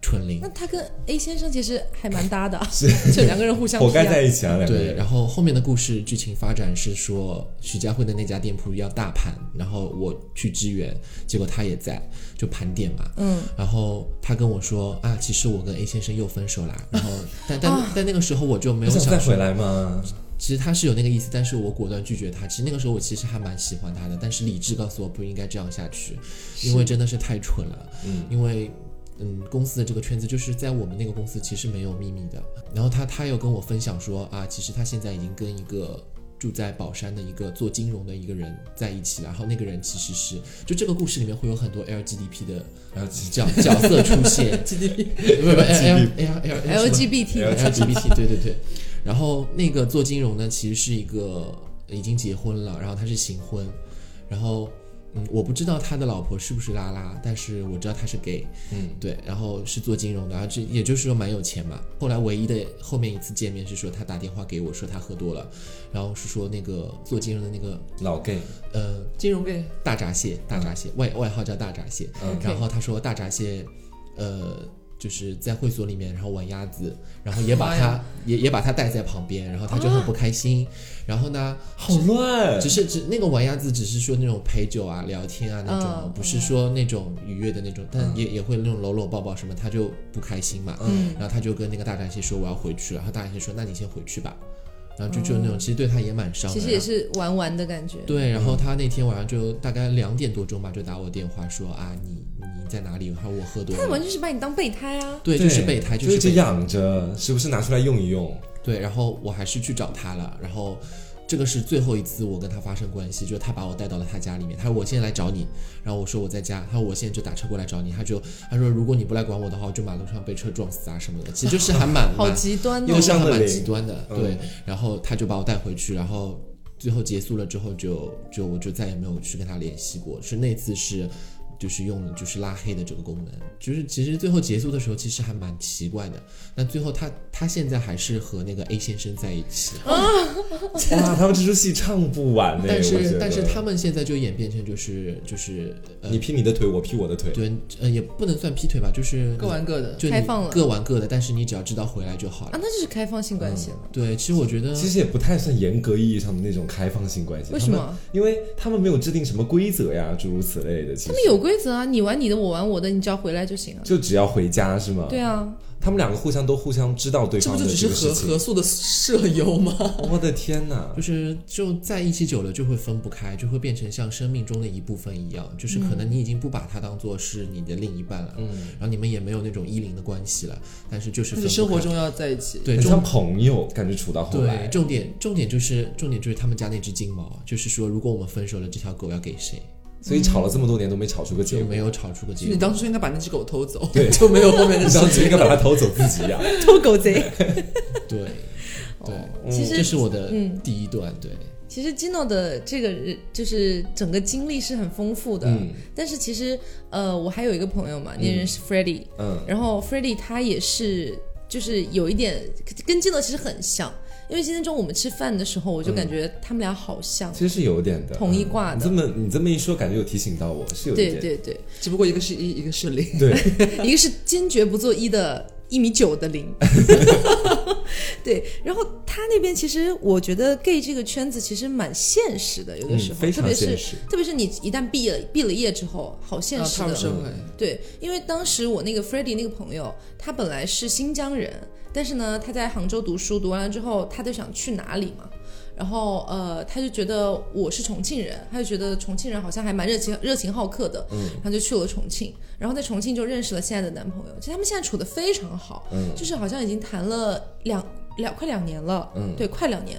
Speaker 3: 蠢灵
Speaker 1: 那。他跟 A 先生其实还蛮搭的，啊就两个人互相
Speaker 2: 活
Speaker 1: 批
Speaker 2: 该
Speaker 1: 啊
Speaker 2: 在一起啊，两个
Speaker 3: 对，
Speaker 2: 人。
Speaker 3: 然后后面的故事剧情发展是说，徐家汇的那家店铺要大盘，然后我去支援，结果他也在，就盘点嘛。
Speaker 1: 嗯，
Speaker 3: 然后他跟我说啊，其实我跟 A 先生又分手啦。然后，但但、但那个时候我就没
Speaker 2: 不
Speaker 3: 有
Speaker 2: 想再
Speaker 3: 想
Speaker 2: 回
Speaker 3: 说，
Speaker 2: 来吗？
Speaker 3: 其实他是有那个意思，但是我果断拒绝他。其实那个时候我其实还蛮喜欢他的，但是理智告诉我不应该这样下去，因为真的是太蠢了。
Speaker 2: 嗯，
Speaker 3: 因为嗯，公司的这个圈子就是在我们那个公司其实没有秘密的。然后他他又跟我分享说啊，其实他现在已经跟一个住在宝山的一个做金融的一个人在一起了。然后那个人其实是就这个故事里面会有很多 LGDP 的
Speaker 2: 然后其
Speaker 3: 角角色出现
Speaker 4: GDP
Speaker 3: 不不不 L L L L
Speaker 1: LGBT
Speaker 3: LGBT 对对对。然后那个做金融呢，其实是一个已经结婚了，然后他是行婚，然后嗯，我不知道他的老婆是不是拉拉，但是我知道他是 gay，
Speaker 2: 嗯，
Speaker 3: 对，然后是做金融的，然后这也就是说蛮有钱嘛。后来唯一的后面一次见面是说他打电话给我说他喝多了，然后是说那个做金融的那个
Speaker 2: 老 gay，
Speaker 3: 呃
Speaker 4: 金融 gay，
Speaker 3: 大闸蟹，大闸蟹外外号叫大闸蟹。
Speaker 2: 嗯
Speaker 1: OK
Speaker 3: 然后他说大闸蟹，呃，就是在会所里面，然后玩鸭子，然后也把
Speaker 1: 哎
Speaker 4: 妈
Speaker 3: 他
Speaker 4: 呀
Speaker 3: 也也把他带在旁边，然后他就
Speaker 1: 啊
Speaker 3: 很不开心。然后呢，
Speaker 2: 好乱
Speaker 3: 只。是只那个玩鸭子只是说那种陪酒啊、聊天啊那种，
Speaker 1: 嗯
Speaker 3: 不是说那种愉悦的那种，但也也会那种搂搂抱抱什么，他就不开心嘛。
Speaker 1: 嗯，
Speaker 3: 然后他就跟那个大闸蟹说我要回去，然后大闸蟹说那你先回去吧。然后就就那种，其实对他也蛮伤
Speaker 1: 哦
Speaker 3: 的。
Speaker 1: 其实
Speaker 3: 然
Speaker 1: 也
Speaker 3: 后
Speaker 1: 是玩玩的感觉。
Speaker 3: 对，然后他那天晚上就大概两点多钟吧，就打我电话说啊，你你在哪里？然后我喝多
Speaker 1: 他完
Speaker 3: 了。
Speaker 1: 全是把你当备胎啊。
Speaker 3: 对，就是备胎，
Speaker 2: 就是一直
Speaker 3: 备胎。
Speaker 2: 养着，是不是拿出来用一用？
Speaker 3: 对，然后我还是去找他了，然后。这个是最后一次我跟他发生关系，就是他把我带到了他家里面。他说我现在来找你，然后我说我在家。他说我现在就打车过来找你。他就他说如果你不来管我的话，我就马路上被车撞死啊什么的。其实就是还蛮
Speaker 1: 好
Speaker 3: 蛮
Speaker 1: 极端
Speaker 2: 忧
Speaker 1: 哦！
Speaker 3: 是
Speaker 2: 伤
Speaker 3: 还
Speaker 2: 的
Speaker 3: 蛮
Speaker 2: 灵
Speaker 3: 极端的，
Speaker 2: 嗯
Speaker 3: 对。然后他就把我带回去，然后最后结束了之后就，就我就再也没有去跟他联系过。是那次是，就是用了就是拉黑的这个功能，就是其实最后结束的时候，其实还蛮奇怪的。那最后他他现在还是和那个 A 先生在一起，
Speaker 2: 哇，他们这出戏唱不 完呢。
Speaker 3: 但
Speaker 2: 我觉
Speaker 3: 是
Speaker 2: 得
Speaker 3: 但是他们现在就演变成就是就是呃
Speaker 2: 你，劈你的腿，我劈我的腿，
Speaker 3: 对呃也不能算劈腿吧，就是
Speaker 4: 各玩各的。
Speaker 3: 就你
Speaker 1: 开放了
Speaker 3: 各玩各的，但是你只要知道回来就好
Speaker 1: 啊，
Speaker 3: 了。
Speaker 1: 那就是开放性关系了。
Speaker 3: 对，其实我觉得
Speaker 2: 其实也不太算严格意义上的那种开放性关系。
Speaker 1: 为什么
Speaker 2: 他们因为他们没有制定什么规则呀，诸如此类的。其实
Speaker 1: 他们有规规则啊，你玩你的，我玩我的，你只要回来就行了。
Speaker 2: 就只要回家是吗？
Speaker 1: 对啊，
Speaker 2: 他们两个互相都互相知道对
Speaker 4: 这
Speaker 2: 方
Speaker 4: 不
Speaker 2: 的
Speaker 4: 就只是
Speaker 2: 这个事
Speaker 4: 合
Speaker 2: 情。哦
Speaker 4: 合宿的舍友吗？
Speaker 2: 我的天哪
Speaker 3: 就！是就在一起久了就会分不开，就会变成像生命中的一部分一样，就是可能你已经不把它当做是你的另一半了，嗯，然后你们也没有那种依零的关系了，但是就是分
Speaker 4: 就是
Speaker 3: 不
Speaker 4: 生活
Speaker 3: 开
Speaker 4: 中要在一起，
Speaker 3: 对
Speaker 2: 很
Speaker 3: 重
Speaker 2: 像朋友，感觉处到后
Speaker 3: 对
Speaker 2: 来，
Speaker 3: 重点重点就是重点就是他们家那只金毛，就是说如果我们分手了，这条狗要给谁，
Speaker 2: 所以吵
Speaker 3: 嗯
Speaker 2: 了这么多年都没吵出个结
Speaker 3: 就
Speaker 2: 果。
Speaker 3: 没有吵出个结
Speaker 4: 你
Speaker 3: 果。
Speaker 4: 当初应该把那只狗偷走，
Speaker 2: 对
Speaker 4: 就没有后面 的
Speaker 2: 你
Speaker 4: 事
Speaker 2: 当时
Speaker 4: 情
Speaker 2: 应该把他偷走自己呀、
Speaker 1: 偷狗贼。
Speaker 3: 对对，
Speaker 1: 其实
Speaker 3: 这是我的
Speaker 1: 嗯
Speaker 3: 第一段，对，
Speaker 1: 其实 Gino 的这个人就是整个经历是很丰富的，
Speaker 2: 嗯
Speaker 1: 但是其实呃，我还有一个朋友嘛，那人是 Freddy，、
Speaker 2: 嗯，
Speaker 1: 然后 Freddy 他也是，就是有一点跟金德其实很像，因为今天中午我们吃饭的时候，我就感觉他们俩好像，
Speaker 2: 其实是有点的，
Speaker 1: 同一挂的
Speaker 2: 嗯你这么你这么一说，感觉有提醒到我，是有一
Speaker 1: 对
Speaker 2: 点。
Speaker 1: 对对，
Speaker 4: 只不过一个是一，一个是零。
Speaker 2: 对
Speaker 1: 一个是坚决不做一的。一米九的 零，对，然后他那边其实我觉得 gay 这个圈子其实蛮现实的，有的
Speaker 2: 嗯
Speaker 1: 时候，
Speaker 2: 非
Speaker 1: 特
Speaker 2: 常
Speaker 1: 别是
Speaker 2: 现实
Speaker 1: 特别是你一旦毕了毕了业之后，好现
Speaker 4: 啊，
Speaker 1: 实
Speaker 4: 踏
Speaker 1: 的，
Speaker 4: 入社会，
Speaker 2: 嗯
Speaker 1: 对，因为当时我那个 f r e d d y 那个朋友，他本来是新疆人，但是呢，他在杭州读书，读完了之后，他就想去哪里嘛。然后呃，他就觉得我是重庆人，他就觉得重庆人好像还蛮热情热情好客的，嗯，他就去了重庆，然后在重庆就认识了现在的男朋友，其实他们现在处的非常好，
Speaker 2: 嗯
Speaker 1: 就是好像已经谈了两两快两年了，
Speaker 2: 嗯
Speaker 1: 对，快两年。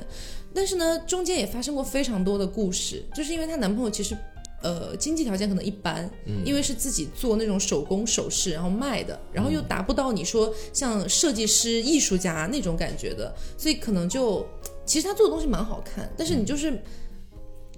Speaker 1: 但是呢，中间也发生过非常多的故事，就是因为她男朋友其实，呃，经济条件可能一般，因为是自己做那种手工首饰，然后卖的，然后又达不到你说像设计师、艺术家那种感觉的，所以可能就其实他做的东西蛮好看，但是你就是。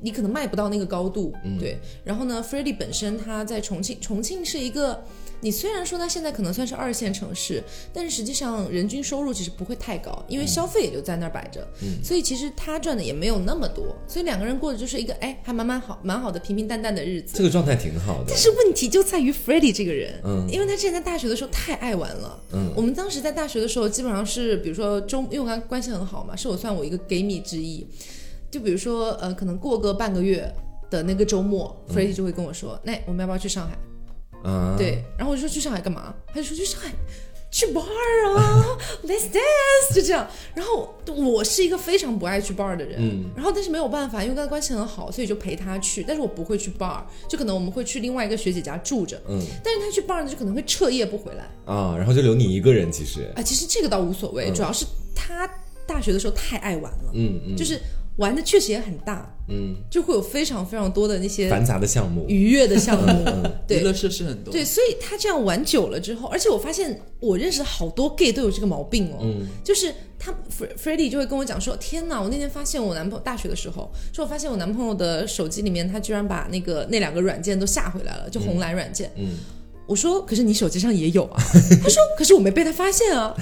Speaker 1: 你可能卖不到那个高度，对。然后呢 f r e d d y 本身他在重庆，重庆是一个，你虽然说它现在可能算是二线城市，但是实际上人均收入其实不会太高，因为消费也就在那儿摆着，所以其实他赚的也没有那么多，所以两个人过的就是一个哎还蛮蛮好蛮好的平平淡淡的日子。
Speaker 2: 这个状态挺好的
Speaker 1: 但。是问题就在于 f r e d d y 这个人，
Speaker 2: 嗯
Speaker 1: 因为他之前在大学的时候太爱玩了，
Speaker 2: 嗯
Speaker 1: 我们当时在大学的时候，基本上是比如说周，因为我跟他关系很好嘛，是我算我一个 gay 蜜之一，就比如说呃，可能过个半个月的那个周末、f r e d
Speaker 2: 嗯
Speaker 1: d y 就会跟我说，那我们要不要去上海？
Speaker 2: 啊，
Speaker 1: 对，然后我就说去上海干嘛？他就说去上海。去 bar 啊，Let's dance，就这样。然后我是一个非常不爱去 bar 的人，
Speaker 2: 嗯
Speaker 1: 然后但是没有办法，因为跟他关系很好，所以就陪他去。但是我不会去 bar，就可能我们会去另外一个学姐家住着。
Speaker 2: 嗯
Speaker 1: 但是他去 bar 呢，就可能会彻夜不回来。
Speaker 2: 啊，然后就留你一个人，其实，
Speaker 1: 啊，其实这个倒无所谓，主要是他大学的时候太爱玩了，
Speaker 2: 嗯嗯
Speaker 1: 就是玩的确实也很大，
Speaker 2: 嗯，
Speaker 1: 就会有非常非常多的那些
Speaker 2: 繁杂的项目，
Speaker 1: 愉悦的项
Speaker 2: 嗯
Speaker 1: 目。对
Speaker 4: 娱乐设施很多。
Speaker 1: 对，，所以他这样玩久了之后，而且我发现我认识的好多 gay 都有这个毛病
Speaker 2: 嗯
Speaker 1: 哦，就是他 Fre- Freddy 就会跟我讲说，天哪，我那天发现我男朋友大学的时候，说我发现我男朋友的手机里面他居然把那个那两个软件都下回来了，就红蓝软件，
Speaker 2: 嗯
Speaker 1: 我说，可是你手机上也有啊。他说，可是我没被他发现啊。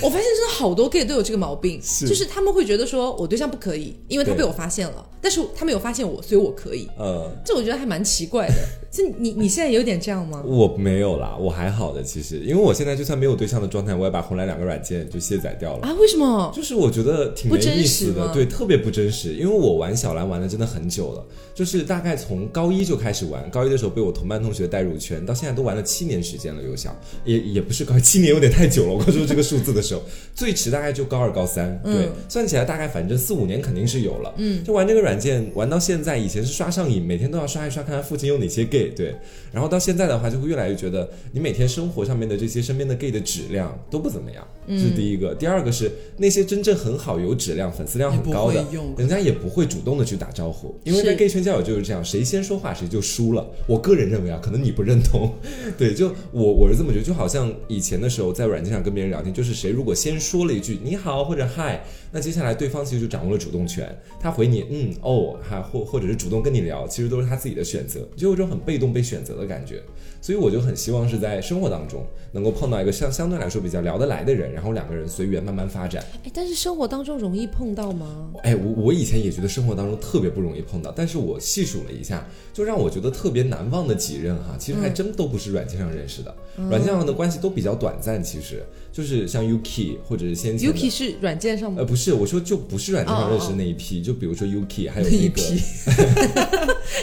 Speaker 1: 我发现真的好多 gay 都有这个毛病，
Speaker 2: 是
Speaker 1: 就是他们会觉得说我对象不可以，因为他
Speaker 2: 对
Speaker 1: 被我发现了，但是他没有发现我，所以我可以。
Speaker 2: 呃，
Speaker 1: 这我觉得还蛮奇 怪的。就你你现在有点这样吗？
Speaker 2: 我没有啦，我还好的，其实，因为我现在就算没有对象的状态，我也把红蓝两个软件就卸载掉了。
Speaker 1: 啊，为什么？
Speaker 2: 就是我觉得挺没
Speaker 1: 不真
Speaker 2: 意
Speaker 1: 实
Speaker 2: 思
Speaker 1: 吗
Speaker 2: 的，对，特别不真实。因为我玩小蓝玩了真的很久了，就是大概从高一就开始玩，高一的时候被我同班同学带入圈，到现在都玩了七年时间了，有效。也也不是高一 七年有点太久了，我告诉这个数字的时候， 最迟大概就高二高三，对，
Speaker 1: 嗯
Speaker 2: 算起来大概反正四五年肯定是有了。嗯，就玩这个软件玩到现在，以前是刷上瘾，每天都要刷一刷，看看附近有哪些 gay，对。然后到现在的话，就会越来越觉得你每天生活上面的这些身边的 gay 的质量都不怎么样，这
Speaker 4: 嗯
Speaker 2: 是第一个。第二个是那些真正很好、有质量、粉丝量很高
Speaker 4: 也
Speaker 2: 的
Speaker 4: 不会用，
Speaker 2: 人家也不会主动的去打招呼，因为
Speaker 1: 是
Speaker 2: 在 gay 圈交友就是这样，谁先说话谁就输了。我个人认为啊，可能你不认同， 对，就我我是这么觉得，就好像以前的时候在软件上跟别人聊天，就是谁如果先说了一句你好或者嗨，那接下来对方其实就掌握了主动权，他回你嗯哦还或或者是主动跟你聊，其实都是他自己的选择，就有一种很被动被选择的感觉。所以我就很希望是在生活当中能够碰到一个相相对来说比较聊得来的人，然后两个人随缘慢慢发展。
Speaker 1: 哎，但是生活当中容易碰到吗？
Speaker 2: 哎，我我以前也觉得生活当中特别不容易碰到，但是我细数了一下，就让我觉得特别难忘的几任哈，其实还
Speaker 1: 嗯
Speaker 2: 真都不是软件上认识的，软件上的关系都比较短暂，其实就是像 Yuki 或者是先前的
Speaker 1: Yuki 是哦软件上
Speaker 2: 呃
Speaker 1: 吗？
Speaker 2: 不是，我说就不是软件上认识的那一批，就比如说 Yuki 还有那
Speaker 4: 一
Speaker 2: 个
Speaker 4: 批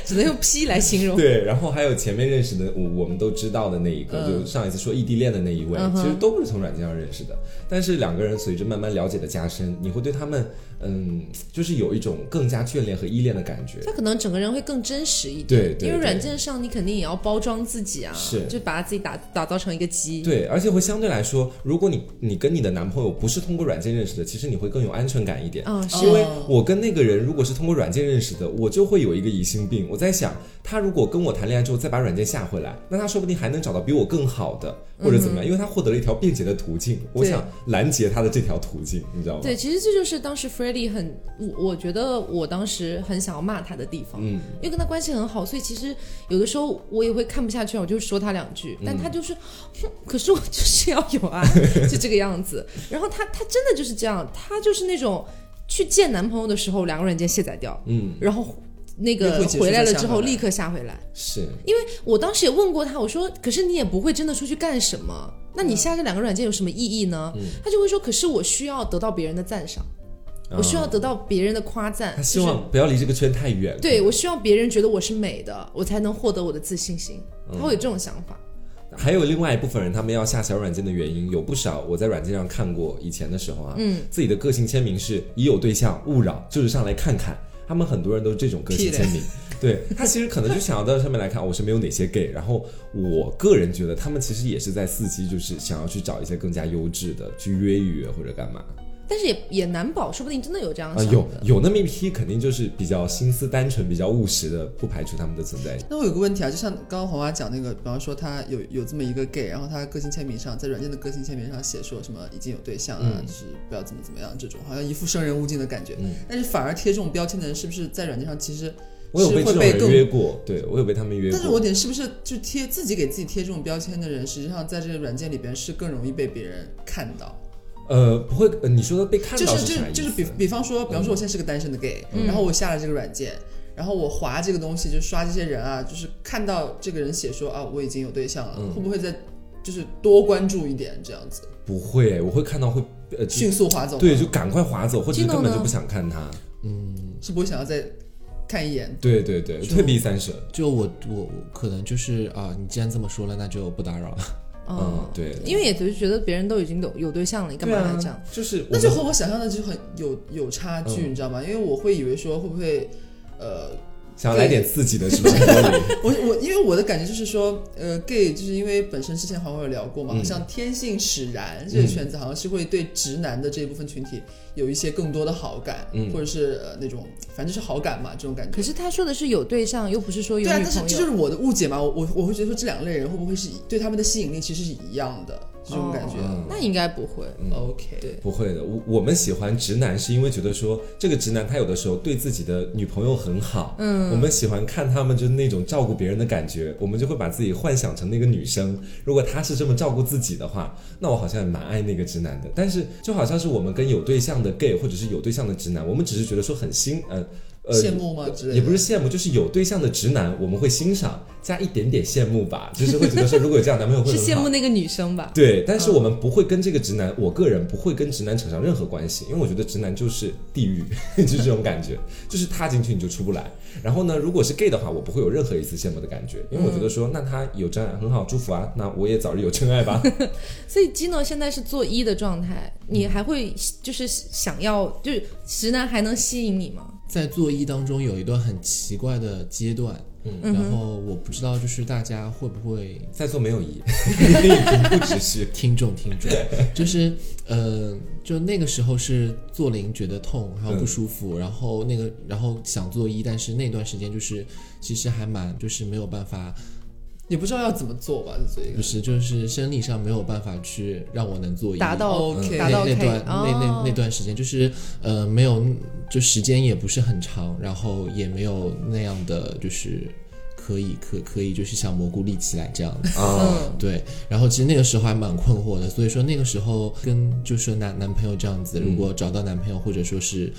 Speaker 1: 只能用 P 来形容。
Speaker 2: 呃对，然然后还有前面认识的，我我们都知道的那一个，
Speaker 4: 嗯
Speaker 2: 就上一次说异地恋的那一位，
Speaker 1: 嗯哼
Speaker 2: 其实都不是从软件上认识的。但是两个人随着慢慢了解的加深，你会对他们，嗯，就是有一种更加眷恋和依恋的感觉。
Speaker 1: 他可能整个人会更真实一点，
Speaker 2: 对对
Speaker 1: 因为
Speaker 2: 对
Speaker 1: 软件上你肯定也要包装自己啊，
Speaker 2: 是
Speaker 1: 就把自己打打造成一个鸡，
Speaker 2: 对，而且会相对来说，如果你你跟你的男朋友不是通过软件认识的，其实你会更有安全感一点。
Speaker 1: 嗯，是
Speaker 2: 因为
Speaker 4: 哦
Speaker 2: 我跟那个人如果是通过软件认识的，我就会有一个疑心病。我在想，他如果跟我谈恋爱之后再把软件下回来，那他说不定还能找到比我更好的，或者怎么样，因为他获得了一条便捷的途径。我
Speaker 1: 嗯对
Speaker 2: 想拦截他的这条途径，你知道吗？
Speaker 1: 对，其实这就是当时 f r e d d y 很，我我觉得我当时很想要骂他的地方，
Speaker 2: 嗯，
Speaker 1: 因为跟他关系很好，所以其实有的时候我也会看不下去，我就说他两句，但
Speaker 4: 嗯
Speaker 1: 他就是，哼可是我就是要有啊， 就这个样子。然后他他真的就是这样，他就是那种去见男朋友的时候，两个软件卸载掉，
Speaker 2: 嗯，
Speaker 1: 然后那
Speaker 4: 约
Speaker 1: 个
Speaker 4: 会结束
Speaker 1: 回来了
Speaker 4: 再下
Speaker 1: 之后
Speaker 4: 回来
Speaker 1: 立刻下回来。
Speaker 2: 是
Speaker 1: 因为我当时也问过他，我说：“可是你也不会真的出去干什么，那
Speaker 4: 嗯
Speaker 1: 你下这两个软件有什么意义呢？”他就会说：“可是我需要得到别人的赞赏，
Speaker 4: 啊
Speaker 1: 我需要
Speaker 2: 嗯
Speaker 1: 得到别人的夸赞，
Speaker 2: 他希
Speaker 1: 就是
Speaker 2: 望不要离这个圈太远。
Speaker 1: 对我希望别人觉得我是美的，我才能获得我的自信心。”
Speaker 2: 嗯
Speaker 1: 他会有这种想法。
Speaker 2: 还有另外一部分人，他们要下小软件的原因有不少。我在软件上看过，以前的时候啊，嗯，自己的个性签名是已有对象勿扰，就是上来看看。他们很多人都是这种个性签名， 对他其实可能就想要到上面来看我身边有哪些 gay。然后我个人觉得他们其实也是在伺机，就是想要去找一些更加优质的去约一约或者干嘛
Speaker 1: 但是也也难保，说不定真的有这样
Speaker 2: 啊、
Speaker 1: 想
Speaker 2: 有
Speaker 1: 的。
Speaker 2: 有那么一批肯定就是比较心思单纯、比较务实的，不排除他们的存在。
Speaker 4: 那我有个问题啊，就像刚刚黄华讲那个，比方说他有有这么一个 gay，然后他个性签名上在软件的个性签名上写说什么已经有对象了，
Speaker 2: 嗯
Speaker 4: 就是不要怎么怎么样这种，好像一副生人勿近的感觉。但是反而贴这种标签的人，是不是在软件上其实
Speaker 2: 我有
Speaker 4: 是
Speaker 2: 被这
Speaker 4: 会
Speaker 2: 种
Speaker 4: 被
Speaker 2: 人
Speaker 4: 更
Speaker 2: 约过，对我有被他们约过。
Speaker 4: 但是我点是不是就贴自己给自己贴这种标签的人，实际上在这个软件里边是更容易被别人看到。
Speaker 2: 呃，不会，呃你说的被看
Speaker 4: 就
Speaker 2: 到
Speaker 4: 是就
Speaker 2: 啥意思？
Speaker 4: 是就是比比方说，比方说我现在是个单身的 gay，、然后我下了这个软件，然后我划这个东西，就刷这些人啊，就是看到这个人写说啊我已经有对象了，
Speaker 2: 嗯
Speaker 4: 会不会再就是多关注一点这样子，
Speaker 2: 不会，我会看到会呃，就
Speaker 4: 迅速划走？
Speaker 2: 对，，就赶快划走，或者是
Speaker 1: Gino
Speaker 2: 根本就
Speaker 1: 呢
Speaker 2: 不想看他。
Speaker 4: 是不会想要再看一眼。
Speaker 2: 对对对，退避三舍。
Speaker 3: 就我我我可能就是啊，你既然这么说了，那就不打扰了。
Speaker 4: 哦
Speaker 2: 嗯，对，
Speaker 1: 因为也就觉得别人都已经有有对象了，你干
Speaker 2: 对
Speaker 1: 嘛
Speaker 2: 啊
Speaker 1: 还这样？？
Speaker 2: 就是我
Speaker 4: 那就
Speaker 2: 们
Speaker 4: 和我想象的就很有有差距，
Speaker 2: 嗯
Speaker 4: 你知道吗？因为我会以为说会不会，呃，
Speaker 2: 想要来点刺激的， 是不是？
Speaker 4: 我我因为我的感觉就是说，呃，gay 就是因为本身之前好像有聊过嘛，
Speaker 2: 嗯
Speaker 4: 好像天性使然这个圈子好像是会对直男的这一部分群体有一些更多的好感，
Speaker 2: 嗯
Speaker 4: 或者是、呃、那种反正就是好感嘛，这种
Speaker 2: 啊
Speaker 4: 感觉
Speaker 1: 可。是他说的是有对象，又不是说有
Speaker 4: 对啊，
Speaker 1: 女
Speaker 4: 但是
Speaker 1: 朋
Speaker 4: 这
Speaker 1: 友
Speaker 4: 就。是我的误解嘛，我我我会觉得说这两类人会不会是对他们的吸引力其实是一样的这种感觉、
Speaker 2: 嗯
Speaker 1: 那应该不会。
Speaker 4: OK，对，
Speaker 2: 不会的，我我们喜欢直男是因为觉得说这个直男他有的时候对自己的女朋友很好，嗯，我们喜欢看他们就是那种照顾别人的感觉，我们就会把自己幻想成那个女生。如果他是这么照顾自己的话，那我好像也蛮爱那个直男的。但是就好像是我们跟有对象的 gay 或者是有对象的直男，我们只是觉得说很欣呃呃
Speaker 4: 羡慕吗之类的？
Speaker 2: 也不是羡慕，就是有对象的直男，我们会欣赏加一点点羡慕吧，就是会觉得说，如果有这样的男朋友会
Speaker 1: 是
Speaker 2: 很好
Speaker 1: 羡慕那个女生吧？
Speaker 2: 对，但是我们不会跟这个直男，我个人不会跟直男扯上任何关系，因为我觉得直男就是地狱， 就是这种感觉，就是踏进去你就出不来。然后呢，如果是 gay 的话，我不会有任何一丝羡慕的感觉，因为我觉得说，那他有真爱很好，祝福啊，那我也早日有真爱吧。
Speaker 1: 所以 Gino 现在是做一的状态，
Speaker 2: 嗯
Speaker 1: 你还会就是想要，就是直男还能吸引你吗？
Speaker 3: 在作揖当中有一段很奇怪的阶段，嗯，然后我不知道就是大家会不会
Speaker 2: 在座没有一， 你平步直叙。
Speaker 3: 听众听众，就是呃，就那个时候是做零觉得痛，然后不舒服，然后那个然后想做揖，但是那段时间就是其实还蛮就是没有办法，
Speaker 4: 也不知道要怎么做吧，这一
Speaker 3: 不
Speaker 4: 个。
Speaker 3: 是就是生理上没有办法去让我能做揖
Speaker 1: 达到
Speaker 4: OK，
Speaker 1: 达到
Speaker 3: 那那
Speaker 1: K，
Speaker 3: 段、那
Speaker 1: 哦
Speaker 3: 那那段时间，就是呃，没有，就时间也不是很长，然后也没有那样的，就是可以可可以，就是像蘑菇立起来这样子。
Speaker 2: 啊，
Speaker 1: 嗯，
Speaker 3: 对，然后其实那个时候还蛮困惑的，所以说那个时候跟就是男男朋友这样子，如果找到男朋友或者说是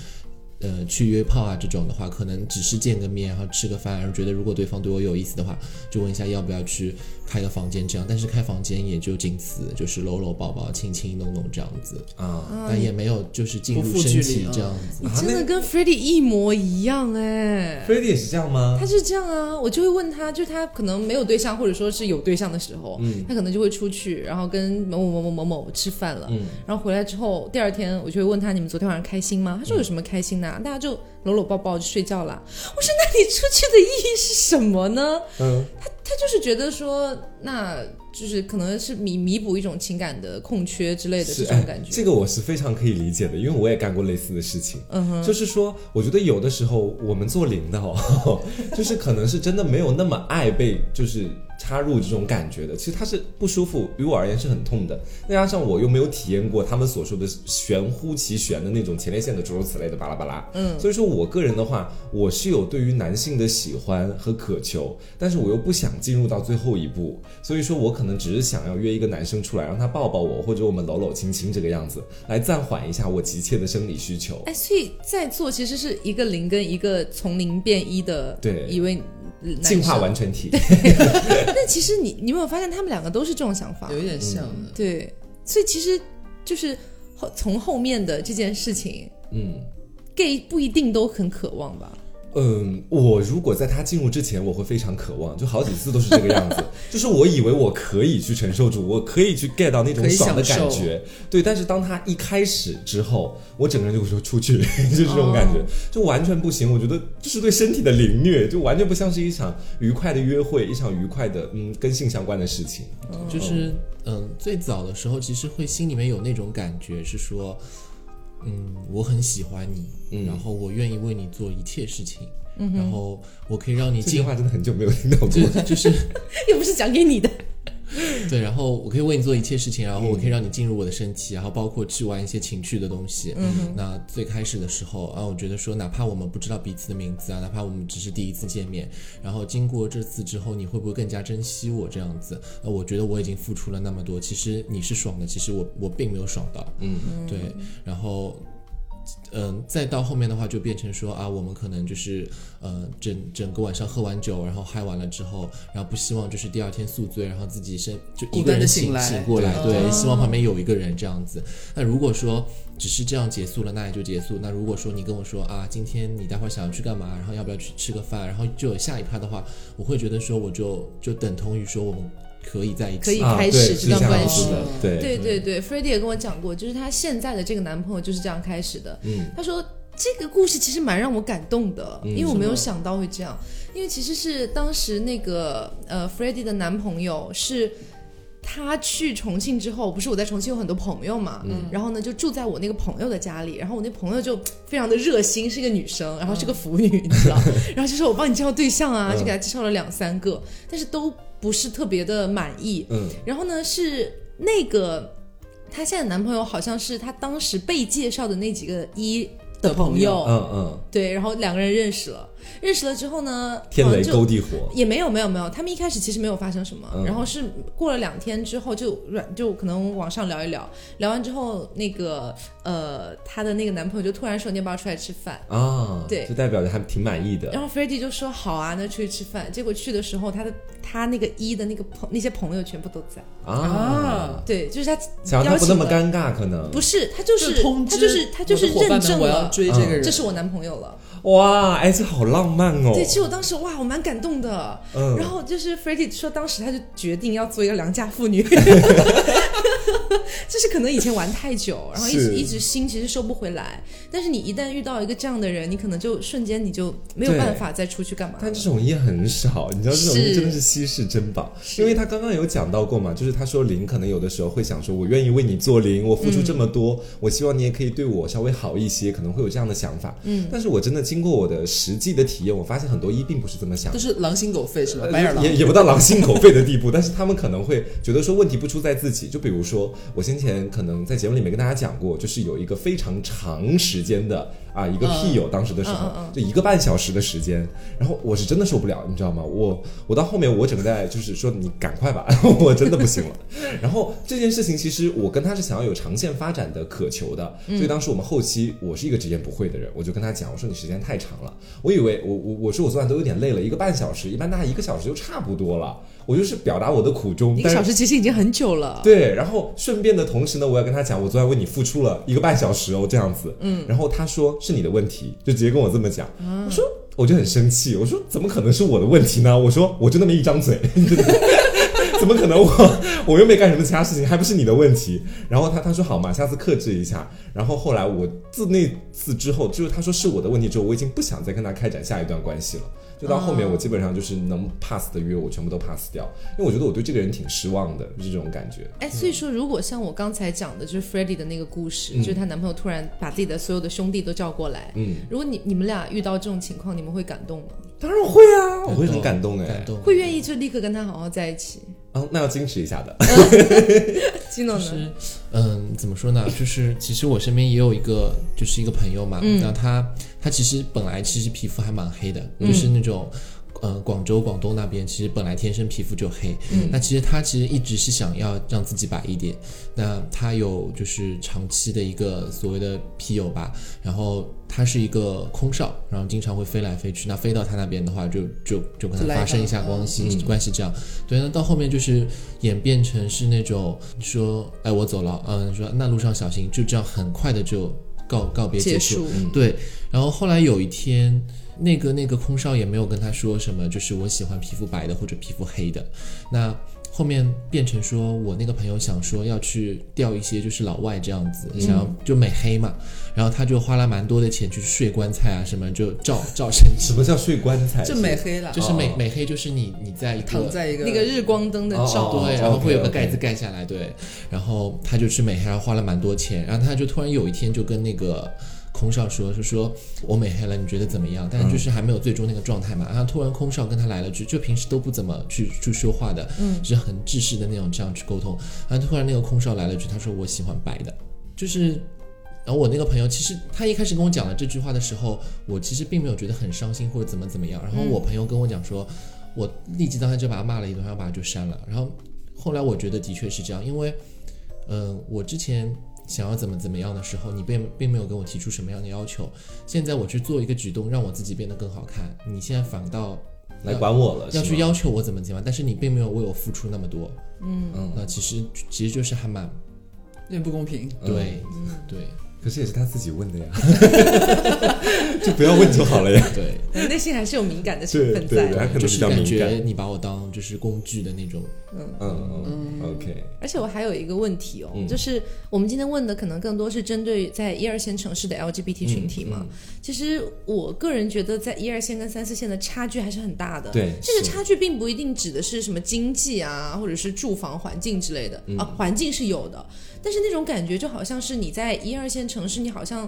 Speaker 3: 呃去约炮啊这种的话，可能只是见个面，然后吃个饭，然后觉得如果对方对我有意思的话，就问一下要不要去开个房间这样。但是开房间也就仅此，就是搂搂抱抱、亲亲弄弄这样子，
Speaker 2: 啊，
Speaker 3: 但也没有就是进入
Speaker 4: 嗯不负
Speaker 3: 身
Speaker 4: 距
Speaker 3: 体
Speaker 4: 离啊
Speaker 3: 这样子。
Speaker 1: 你真的跟 Freddie 一模一样哎、
Speaker 2: 菲利也是这样吗
Speaker 1: 他？是这样啊，我就会问他，就他可能没有对象，或者说是有对象的时候，他可能就会出去，然后跟某某某某某某吃饭了，
Speaker 2: 嗯
Speaker 1: 然后回来之后，第二天我就会问他，你们昨天晚上开心吗？他说有什么开心的啊、大家就搂搂抱抱就睡觉啦。我说那你出去的意义是什么呢？
Speaker 2: 嗯，
Speaker 1: 他就是觉得说，那就是可能是弥弥补一种情感的空缺之类的这
Speaker 2: 是
Speaker 1: 种感
Speaker 2: 哎
Speaker 1: 觉，
Speaker 2: 这个我是非常可以理解的，因为我也干过类似的事情。
Speaker 1: 嗯哼，
Speaker 2: 就是说，我觉得有的时候我们做领导， 就是可能是真的没有那么爱被就是插入这种感觉的。其实它是不舒服，于我而言是很痛的。再加上我又没有体验过他们所说的玄乎其玄的那种前列腺的诸如此类的巴拉巴拉。
Speaker 1: 嗯
Speaker 2: 所以说我个人的话，我是有对于男性的喜欢和渴求，但是我又不想进入到最后一步，所以说我可能只是想要约一个男生出来，让他抱抱我，或者我们搂搂亲亲这个样子，来暂缓一下我急切的生理需求。
Speaker 1: 哎，所以在座其实是一个零跟一个从零变一的
Speaker 2: 对
Speaker 1: 一位男生
Speaker 2: 进化。完全体，
Speaker 1: 但其实你你有没有发现他们两个都是这种想法
Speaker 4: 有？一点像的。
Speaker 1: 对，所以其实就是后从后面的这件事情
Speaker 2: 嗯。
Speaker 1: ，gay 不一定都很渴望吧？
Speaker 2: 嗯，我如果在他进入之前，我会非常渴望，就好几次都是这个样子，就是我以为我可以去承受住，我可以去 get 到那种
Speaker 4: 可以
Speaker 2: 爽的
Speaker 4: 享
Speaker 2: 感
Speaker 4: 受
Speaker 2: 觉，对。但是当他一开始之后，我整个人就会说出去， 就这种感觉，就完全不行。我觉得这是对身体的凌虐，就完全不像是一场愉快的约会，一场愉快的嗯跟性相关的事情。
Speaker 3: 就是嗯，最早的时候其实会心里面有那种感觉，是说，嗯，我很喜欢你，
Speaker 2: 嗯
Speaker 3: 然后我愿意为你做一切事情，然后我可以让你
Speaker 2: 这句
Speaker 3: 进化，
Speaker 2: 话真的很久没有听到过，
Speaker 3: 就 就是
Speaker 1: 又不是讲给你的。
Speaker 3: 对，然后我可以为你做一切事情，然后我可以让你进入我的身体，然后包括去玩一些情趣的东西。嗯，那最开始的时候啊，我觉得说，哪怕我们不知道彼此的名字啊，哪怕我们只是第一次见面，然后经过这次之后，你会不会更加珍惜我这样子？那我觉得我已经付出了那么多，其实你是爽的，其实我我并没有爽到。
Speaker 2: 嗯，
Speaker 3: 对，然后。嗯，再到后面的话，就变成说啊，我们可能就是，呃，整整个晚上喝完酒，然后嗨完了之后，然后不希望就是第二天宿醉，然后自己身就一
Speaker 4: 孤
Speaker 3: 个
Speaker 4: 单
Speaker 3: 人
Speaker 4: 地
Speaker 3: 醒
Speaker 4: 醒来
Speaker 3: 醒过来，
Speaker 4: 对
Speaker 3: 对，希望旁边有一个人这样子。那如果说只是这样结束了，那也就结束。那如果说你跟我说啊，今天你待会儿想要去干嘛，然后要不要去吃个饭，然后就有下一趴的话，我会觉得说，我就就等同于说我们可以在一起，
Speaker 1: 可以
Speaker 2: 啊
Speaker 1: 开
Speaker 2: 对
Speaker 1: 始
Speaker 2: 是
Speaker 1: 这段
Speaker 2: 样
Speaker 1: 关
Speaker 2: 子
Speaker 4: 系
Speaker 2: 的，对，嗯
Speaker 1: 对对对 f r e d d y 也跟我讲过，就是她现在的这个男朋友就是这样开始的。
Speaker 2: 嗯，
Speaker 1: 他说这个故事其实蛮让我感动的，因为我没有
Speaker 4: 是
Speaker 1: 想到会这样，因为其实是当时那个呃 f r e d d y 的男朋友是。他去重庆之后，不是我在重庆有很多朋友嘛，
Speaker 2: 嗯
Speaker 1: 然后呢就住在我那个朋友的家里，然后我那朋友就非常的热心，是一个女生，然后
Speaker 2: 嗯
Speaker 1: 是个腐女，你 知道，然后就说我帮你介绍对象啊，就给他介绍了两三个，但是都不是特别的满意，
Speaker 2: 嗯
Speaker 1: 然后呢是那个她现在的男朋友好像是她当时被介绍的那几个一
Speaker 4: 的朋
Speaker 1: 朋友，
Speaker 2: 嗯嗯，
Speaker 1: 对，然后两个人认识了，认识了之后呢，
Speaker 2: 天
Speaker 1: 好像
Speaker 2: 雷
Speaker 1: 就
Speaker 2: 勾地火，
Speaker 1: 也没有没有没有，他们一开始其实没有发生什么，
Speaker 2: 嗯
Speaker 1: 然后是过了两天之后就软就可能网上聊一聊，聊完之后那个呃她的那个男朋友就突然说你要不要出来吃饭，
Speaker 2: 啊，
Speaker 1: 对
Speaker 2: 就代表着还挺满意的
Speaker 1: 然。后 f r e d d y 就说好啊，那出去吃饭，结果去的时候他的他那个一的那个朋那些朋友全部都在，
Speaker 2: 啊
Speaker 4: 啊，
Speaker 1: 对，就是他
Speaker 2: 想让
Speaker 1: 邀
Speaker 2: 他不那
Speaker 1: 请
Speaker 2: 么
Speaker 1: 了。
Speaker 2: 尴尬，可能
Speaker 1: 不是，他就是
Speaker 4: 通
Speaker 1: 他
Speaker 4: 知
Speaker 1: 就是他就是
Speaker 4: 我的伙
Speaker 1: 认
Speaker 4: 伴们
Speaker 1: 证
Speaker 4: 我要
Speaker 1: 了，
Speaker 4: 追这
Speaker 2: 嗯
Speaker 4: 个人，
Speaker 1: 这是我男朋友了。
Speaker 2: 哇，哎，这好浪漫哦。
Speaker 1: 对，其实我当时哇，我蛮感动的。
Speaker 2: 嗯
Speaker 1: 然后就是 f r e d d y 说，当时他就决定要做一个良家妇 女， 就是可能以前玩太久，然后一直
Speaker 2: 是
Speaker 1: 一直心其实收不回来。但是你一旦遇到一个这样的人，你可能就瞬间你就没有
Speaker 2: 对
Speaker 1: 办法再出去干嘛
Speaker 2: 但
Speaker 1: 了。
Speaker 2: 这种也很少，你知道这种
Speaker 1: 是
Speaker 2: 真的是稀世珍宝，
Speaker 1: 是
Speaker 2: 因为他刚刚有讲到过嘛，就是他说零可能有的时候会想说，我愿意为你做零，我付出这么多，
Speaker 1: 嗯
Speaker 2: 我希望你也可以对我稍微好一些，可能会有这样的想法。嗯，但是我真的经过我的实际的体验，我发现很多一并不是这么想的
Speaker 4: 都。是狼心狗肺是吧？
Speaker 2: 呃
Speaker 4: 白眼狼
Speaker 2: 也也不到狼心狗肺的地步，但是他们可能会觉得说问题不出在自己。就比如说，我先前可能在节目里面跟大家讲过，就是有一个非常长时间的啊一个
Speaker 4: 嗯
Speaker 2: 屁友，当时的时候、
Speaker 1: 嗯嗯嗯
Speaker 2: 就一个半小时的时间，然后我是真的受不了，你知道吗？我我到后面我整个在就是说你赶快吧，我真的不行了。然后这件事情其实我跟他是想要有长线发展的渴求的，
Speaker 1: 嗯
Speaker 2: 所以当时我们后期我是一个直言不讳的人，我就跟他讲，我说你时间太长了，我以为我我我说我昨晚都有点累了，一个半小时，一般大家一个小时就差不多了，我就是表达我的苦衷，
Speaker 1: 一个
Speaker 2: 但是
Speaker 1: 小时其实已经很久
Speaker 4: 嗯
Speaker 1: 了。
Speaker 2: 对，然后顺便的同时呢，我要跟他讲，我昨晚为你付出了一个半小时哦，这样子。嗯，然后他说是你的问题，就直接跟我这么讲。我说我就很生气，我说怎么可能是我的问题呢？我说我真的没一张嘴。 怎么可能我我又没干什么其他事情，还不是你的问题？然后他他说好嘛，下次克制一下。然后后来我自那次之后，就是他说是我的问题之后，我已经不想再跟他开展下一段关系了。就到后面我基本上就是能 pass 的约我全部都 pass 掉，因为我觉得我对这个人挺失望的，就是这种感觉。
Speaker 1: 哎，所以说，如果像我刚才讲的，就是 Freddie 的那个故事，
Speaker 4: 嗯
Speaker 1: 就是她男朋友突然把自己的所有的兄弟都叫过来。
Speaker 2: 嗯，
Speaker 1: 如果你你们俩遇到这种情况，你们会感动吗？
Speaker 2: 当然会啊，我会很感动哎、
Speaker 3: 感动。
Speaker 1: 会愿意就立刻跟他好好在一起？
Speaker 2: 啊，那要矜持一下的。
Speaker 1: 基诺
Speaker 3: 就
Speaker 1: 呢？
Speaker 3: 是，嗯，怎么说呢？就是其实我身边也有一个，就是一个朋友嘛，
Speaker 1: 嗯
Speaker 3: 那他他其实本来其实皮肤还蛮黑的，就是那种。嗯，广州、广东那边其实本来天生皮肤就黑，那其实他其实一直是想要让自己白一点。那他有就是长期的一个所谓的皮友吧，然后他是一个空少，然后经常会飞来飞去。那飞到他那边的话就，就就跟
Speaker 4: 就
Speaker 3: 他
Speaker 4: 来
Speaker 3: 发生一下
Speaker 4: 吧
Speaker 3: 关系、关系这样。对，那到后面就是演变成是那种说，哎，我走了，嗯，说那路上小心，就这样很快的就告告别
Speaker 1: 结
Speaker 3: 结
Speaker 1: 束。
Speaker 2: 嗯
Speaker 3: 对，然后后来有一天，那个那个空少也没有跟他说什么，就是我喜欢皮肤白的或者皮肤黑的。那后面变成说我那个朋友想说要去钓一些就是老外这样子，想要就美黑嘛，然后他就花了蛮多的钱去睡棺材啊什么，就照照身体
Speaker 2: 什，么叫睡棺材？
Speaker 4: 就美黑了，
Speaker 3: 就是美
Speaker 2: 哦
Speaker 3: 美黑就是你你在一个
Speaker 4: 躺在一个
Speaker 1: 那个日光灯的照，
Speaker 2: 哦
Speaker 3: 啊对，然后会有个
Speaker 2: OK，OK
Speaker 3: 盖子盖下来，对，然后他就去美黑，然后花了蛮多钱，然后他就突然有一天就跟那个空少说，就说我美黑了，你觉得怎么样？但是就是还没有最终那个状态嘛，然后突然空少跟他来了句，就平时都不怎么去去说话的，嗯，是很制式的那种这样去沟通，然后突然那个空少来了句，他说我喜欢白的，就是。然后我那个朋友，其实他一开始跟我讲了这句话的时候，我其实并没有觉得很伤心或者怎么怎么样。然后我朋友跟我讲说，我立即当下就把他骂了一顿，然后把他就删了。然后后来我觉得的确是这样，因为，嗯、我之前想要怎么怎么样的时候，你并并没有跟我提出什么样的要求。现在我去做一个举动，让我自己变得更好看，你现在反倒
Speaker 2: 来管我了，
Speaker 3: 要
Speaker 2: 是
Speaker 3: 去
Speaker 2: 吗
Speaker 3: 要求我怎么怎么样，但是你并没有为我付出那么多。
Speaker 2: 嗯。
Speaker 3: 那其实其实就是还蛮
Speaker 4: 有点不公平。
Speaker 3: 对、
Speaker 2: 嗯
Speaker 3: 对
Speaker 2: 可是也是他自己问的呀， 就不要问就好了呀。
Speaker 3: 对，
Speaker 1: 你内心还是有敏感的成
Speaker 2: 对
Speaker 1: 分
Speaker 2: 对
Speaker 1: 在
Speaker 2: 对，
Speaker 1: 的。
Speaker 2: 他可能
Speaker 3: 就
Speaker 2: 比
Speaker 3: 是
Speaker 2: 较
Speaker 3: 感
Speaker 2: 敏
Speaker 3: 觉
Speaker 2: 感。
Speaker 3: 你把我当就是工具的那种。
Speaker 2: 嗯嗯，OK，
Speaker 1: 而且我还有一个问题哦，
Speaker 2: 嗯
Speaker 1: 就是我们今天问的可能更多是针对在一二线城市的 LGBT 群体
Speaker 2: 嗯
Speaker 1: 嘛。其实我个人觉得，在一二线跟三四线的差距还是很大的。
Speaker 2: 嗯对
Speaker 1: 这个
Speaker 2: 是
Speaker 1: 差距并不一定指的是什么经济啊，或者是住房环境之类的、
Speaker 2: 嗯
Speaker 1: 啊，环境是有的，但是那种感觉就好像是你在一二线城市，你好像。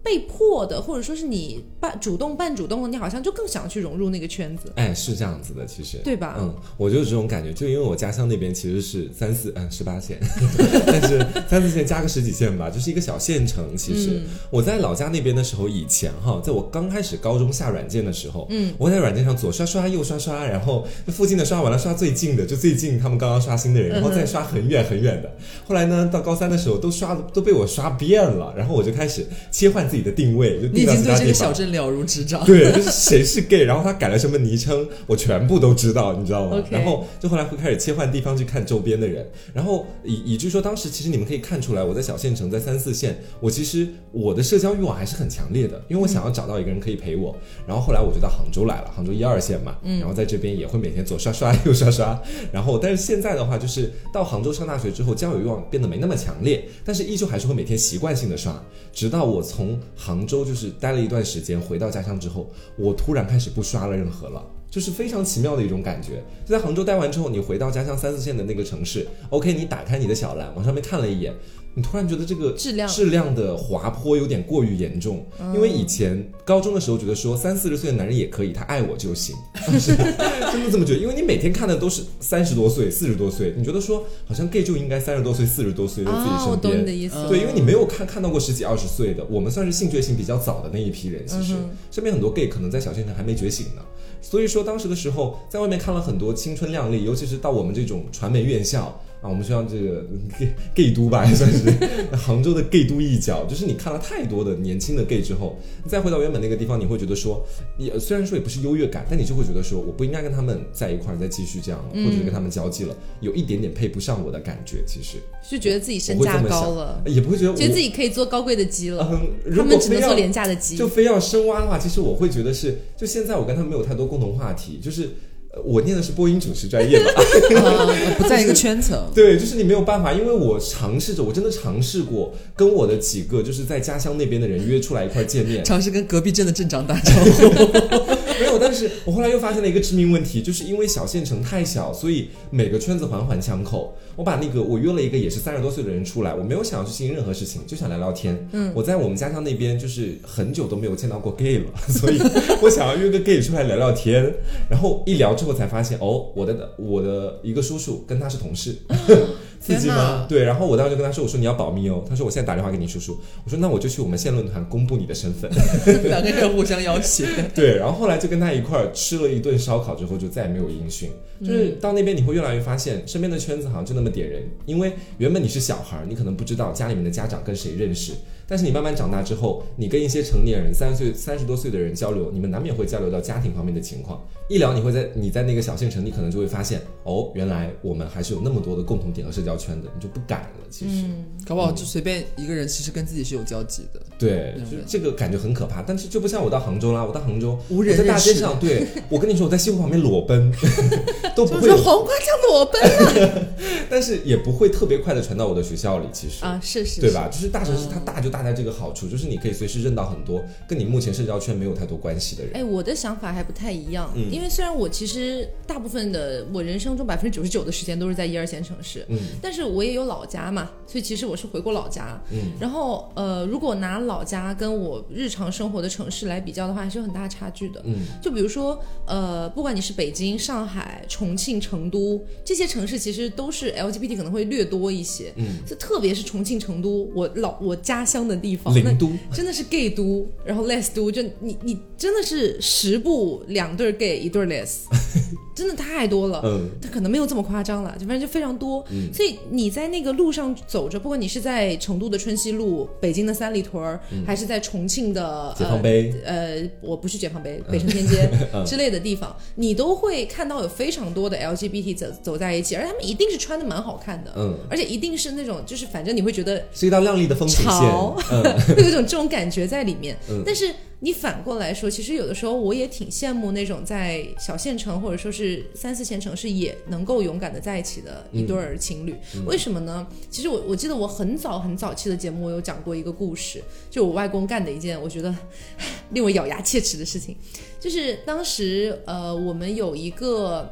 Speaker 1: 被迫的，或者说是你半主动半主动的，你好像就更想去融入那个圈子，
Speaker 2: 哎，是这样子的，其实
Speaker 1: 对吧
Speaker 2: 嗯，我就有这种感觉，就因为我家乡那边其实是三四嗯十八线， 但是三四线加个十几线吧，就是一个小县城。其实、
Speaker 4: 嗯
Speaker 2: 我在老家那边的时候，以前哈，在我刚开始高中下软件的时候，嗯，我在软件上左刷刷右刷刷，然后附近的刷完了，刷最近的，就最近他们刚刚刷新的人，然
Speaker 4: 嗯
Speaker 2: 后再刷很远很远的。后来呢，到高三的时候都刷都被我刷遍了，然后我就开始切换自己的定位，就定
Speaker 4: 你已
Speaker 2: 到
Speaker 4: 经
Speaker 2: 其
Speaker 4: 对
Speaker 2: 他
Speaker 4: 这
Speaker 2: 地
Speaker 4: 个小
Speaker 2: 方。
Speaker 4: 镇了如指掌。
Speaker 2: 对，就是谁是 gay，然后他改了什么昵称，我全部都知道，你知道吗
Speaker 1: OK
Speaker 2: 然后就后来会开始切换地方去看周边的人，然后以以至于说当时其实你们可以看出来，我在小县城，在三四线，我其实我的社交欲望还是很强烈的，因为我想要找到一个人可以陪我。然后后来我就到杭州来了，杭州一二线嘛，然后在这边也会每天左刷刷右刷刷，然后但是现在的话就是到杭州上大学之后，交友欲望变得没那么强烈，但是依旧还是会每天习惯性的刷，直到我从杭州就是待了一段时间回到家乡之后，我突然开始不刷了任何了。就是非常奇妙的一种感觉。就在杭州待完之后，你回到家乡三四线的那个城市，OK，你打开你的小蓝，往上面看了一眼，你突然觉得这个
Speaker 1: 质量嗯
Speaker 2: 质量的滑坡有点过于严重。因为以前高中的时候觉得说三四十岁的男人也可以，他爱我就行，是的 真的这么觉得。因为你每天看的都是三十多岁、四十多岁，你觉得说好像 gay 就应该三十多岁、四十多岁在自
Speaker 1: 啊，
Speaker 2: 己
Speaker 1: 我
Speaker 2: 身
Speaker 1: 懂
Speaker 2: 边
Speaker 1: 你的。意思。
Speaker 2: 对，因为你没有看看到过十几二十岁的，我们算是性觉醒比较早的那一批人。其实、身边很多 gay 可能在小县城还没觉醒呢，所以说当时的时候，在外面看了很多青春靓丽，尤其是到我们这种传媒院校啊，我们学校这个嗯 gay gay 都吧，也 算是杭州的 gay 都一角，就是你看了太多的年轻的 gay 之后，你再回到原本那个地方，你会觉得说，也虽然说也不是优越感，但你就会觉得说，我不应该跟他们在一块儿再继续这样了，或者是跟他们交际了，有一点点配不上我的感觉，其实
Speaker 1: 就觉得自己身
Speaker 2: 我会这
Speaker 1: 价
Speaker 2: 么
Speaker 1: 高
Speaker 2: 想
Speaker 1: 了，
Speaker 2: 也不会觉得我
Speaker 1: 觉得自己可以做高贵的鸡了，
Speaker 2: 嗯，
Speaker 1: 他
Speaker 2: 如果
Speaker 1: 们只
Speaker 2: 非
Speaker 1: 能
Speaker 2: 要
Speaker 1: 做廉价的鸡
Speaker 2: 就。非要深挖的话，其实我会觉得是，就现在我跟他们没有太多共同话题，就是。呃我念的是播音主持专业 嘛，
Speaker 4: 嗯不在一个圈层。
Speaker 2: 对，就是你没有办法，因为我尝试着，我真的尝试过跟我的几个就是在家乡那边的人约出来一块见面，
Speaker 4: 尝试跟隔壁镇的镇长打招 呼，
Speaker 2: 没有，但是我后来又发现了一个致命问题，就是因为小县城太小，所以每个圈子环环相扣。我把那个我约了一个也是三十多岁的人出来，我没有想要去进行任何事情，就想聊聊天。嗯，我在我们家乡那边就是很久都没有见到过 gay 了，所以我想要约个 gay 出来聊聊天。然后一聊之后才发现，哦，我的我的一个叔叔跟他是同事。刺激吗？对，然后我当时就跟他说：“我说你要保密哦。”他说：“我现在打电话给你叔叔。”我说：“那我就去我们县论坛公布你的身份。”
Speaker 4: 两个人互相要挟。
Speaker 2: 对，然后后来就跟他一块儿吃了一顿烧烤之后，就再也没有音讯。就是到那边你会越来越发现，身边的圈子好像就那么点人，因为原本你是小孩儿，你可能不知道家里面的家长跟谁认识，但是你慢慢长大之后，你跟一些成年人三十岁、三十多岁的人交流，你们难免会交流到家庭方面的情况。一聊，你会在你在那个小县城，你可能就会发现，哦，原来我们还是有那么多的共同点和社交圈的，你就不敢了。其实，
Speaker 4: 搞不好就随便一个人，其实跟自己是有交集的。
Speaker 2: 对，
Speaker 4: 明白
Speaker 2: 就是这个感觉很可怕。但是就不像我到杭州啦，我到杭州，
Speaker 4: 无人
Speaker 2: 我在大街
Speaker 4: 认识
Speaker 2: 上，对我跟你说，我在西湖旁边裸奔， 都不
Speaker 4: 我
Speaker 2: 会
Speaker 4: 说
Speaker 2: 有，
Speaker 4: 黄瓜酱 裸奔，
Speaker 2: 但是也不会特别快的传到我的学校里，其实。
Speaker 1: 啊，是是，
Speaker 2: 对？吧？就是大城市，它大就大在这个好处，就是你可以随时认到很多跟你目前社交圈没有太多关系的人。
Speaker 1: 哎，我的想法还不太一样，因为虽然我其实大部分的我人生中百分之九十九的时间都是在一二线城市，
Speaker 2: 嗯，
Speaker 1: 但是我也有老家嘛，所以其实我是回过老家，
Speaker 2: 嗯，
Speaker 1: 然后呃，如果拿老家跟我日常生活的城市来比较的话，还是有很大的差距的，
Speaker 2: 嗯，
Speaker 1: 就比如说呃，不管你是北京、上海、重庆、成都这些城市，其实都是 LGBT 可能会略多一些，
Speaker 2: 嗯，
Speaker 1: 就特别是重庆、成都，我老我家乡的地方，哦那
Speaker 2: 零都，
Speaker 1: 真的是 gay 都，然后 les 都，就你你真的是十步两对儿 gay 一对儿 les，真的太多了。
Speaker 2: 嗯，
Speaker 1: 他可能没有这么夸张了，就反正就非常多。所以你在那个路上走着，不管你是在成都的春熙路、北京的三里屯儿，还是在重庆的
Speaker 2: 嗯解放碑嗯
Speaker 1: 呃，呃，我不是解放碑，北城天 街之类的地方，你都会看到有非常多的 LGBT 走走在一起，而且他们一定是穿的蛮好看的，
Speaker 2: 嗯，
Speaker 1: 而且一定是那种就是反正你会觉得
Speaker 2: 是一道亮丽的风景线嗯
Speaker 1: 潮。，会有一种这种感觉在里面。但是你反过来说，其实有的时候我也挺羡慕那种在小县城或者说是三四线城市也能够勇敢的在一起的一对儿情侣。
Speaker 2: 嗯
Speaker 1: 为什么呢？其实我我记得我很早很早期的节目，我有讲过一个故事，就我外公干的一件我觉得 令我咬牙切齿的事情，就是当时呃我们有一个。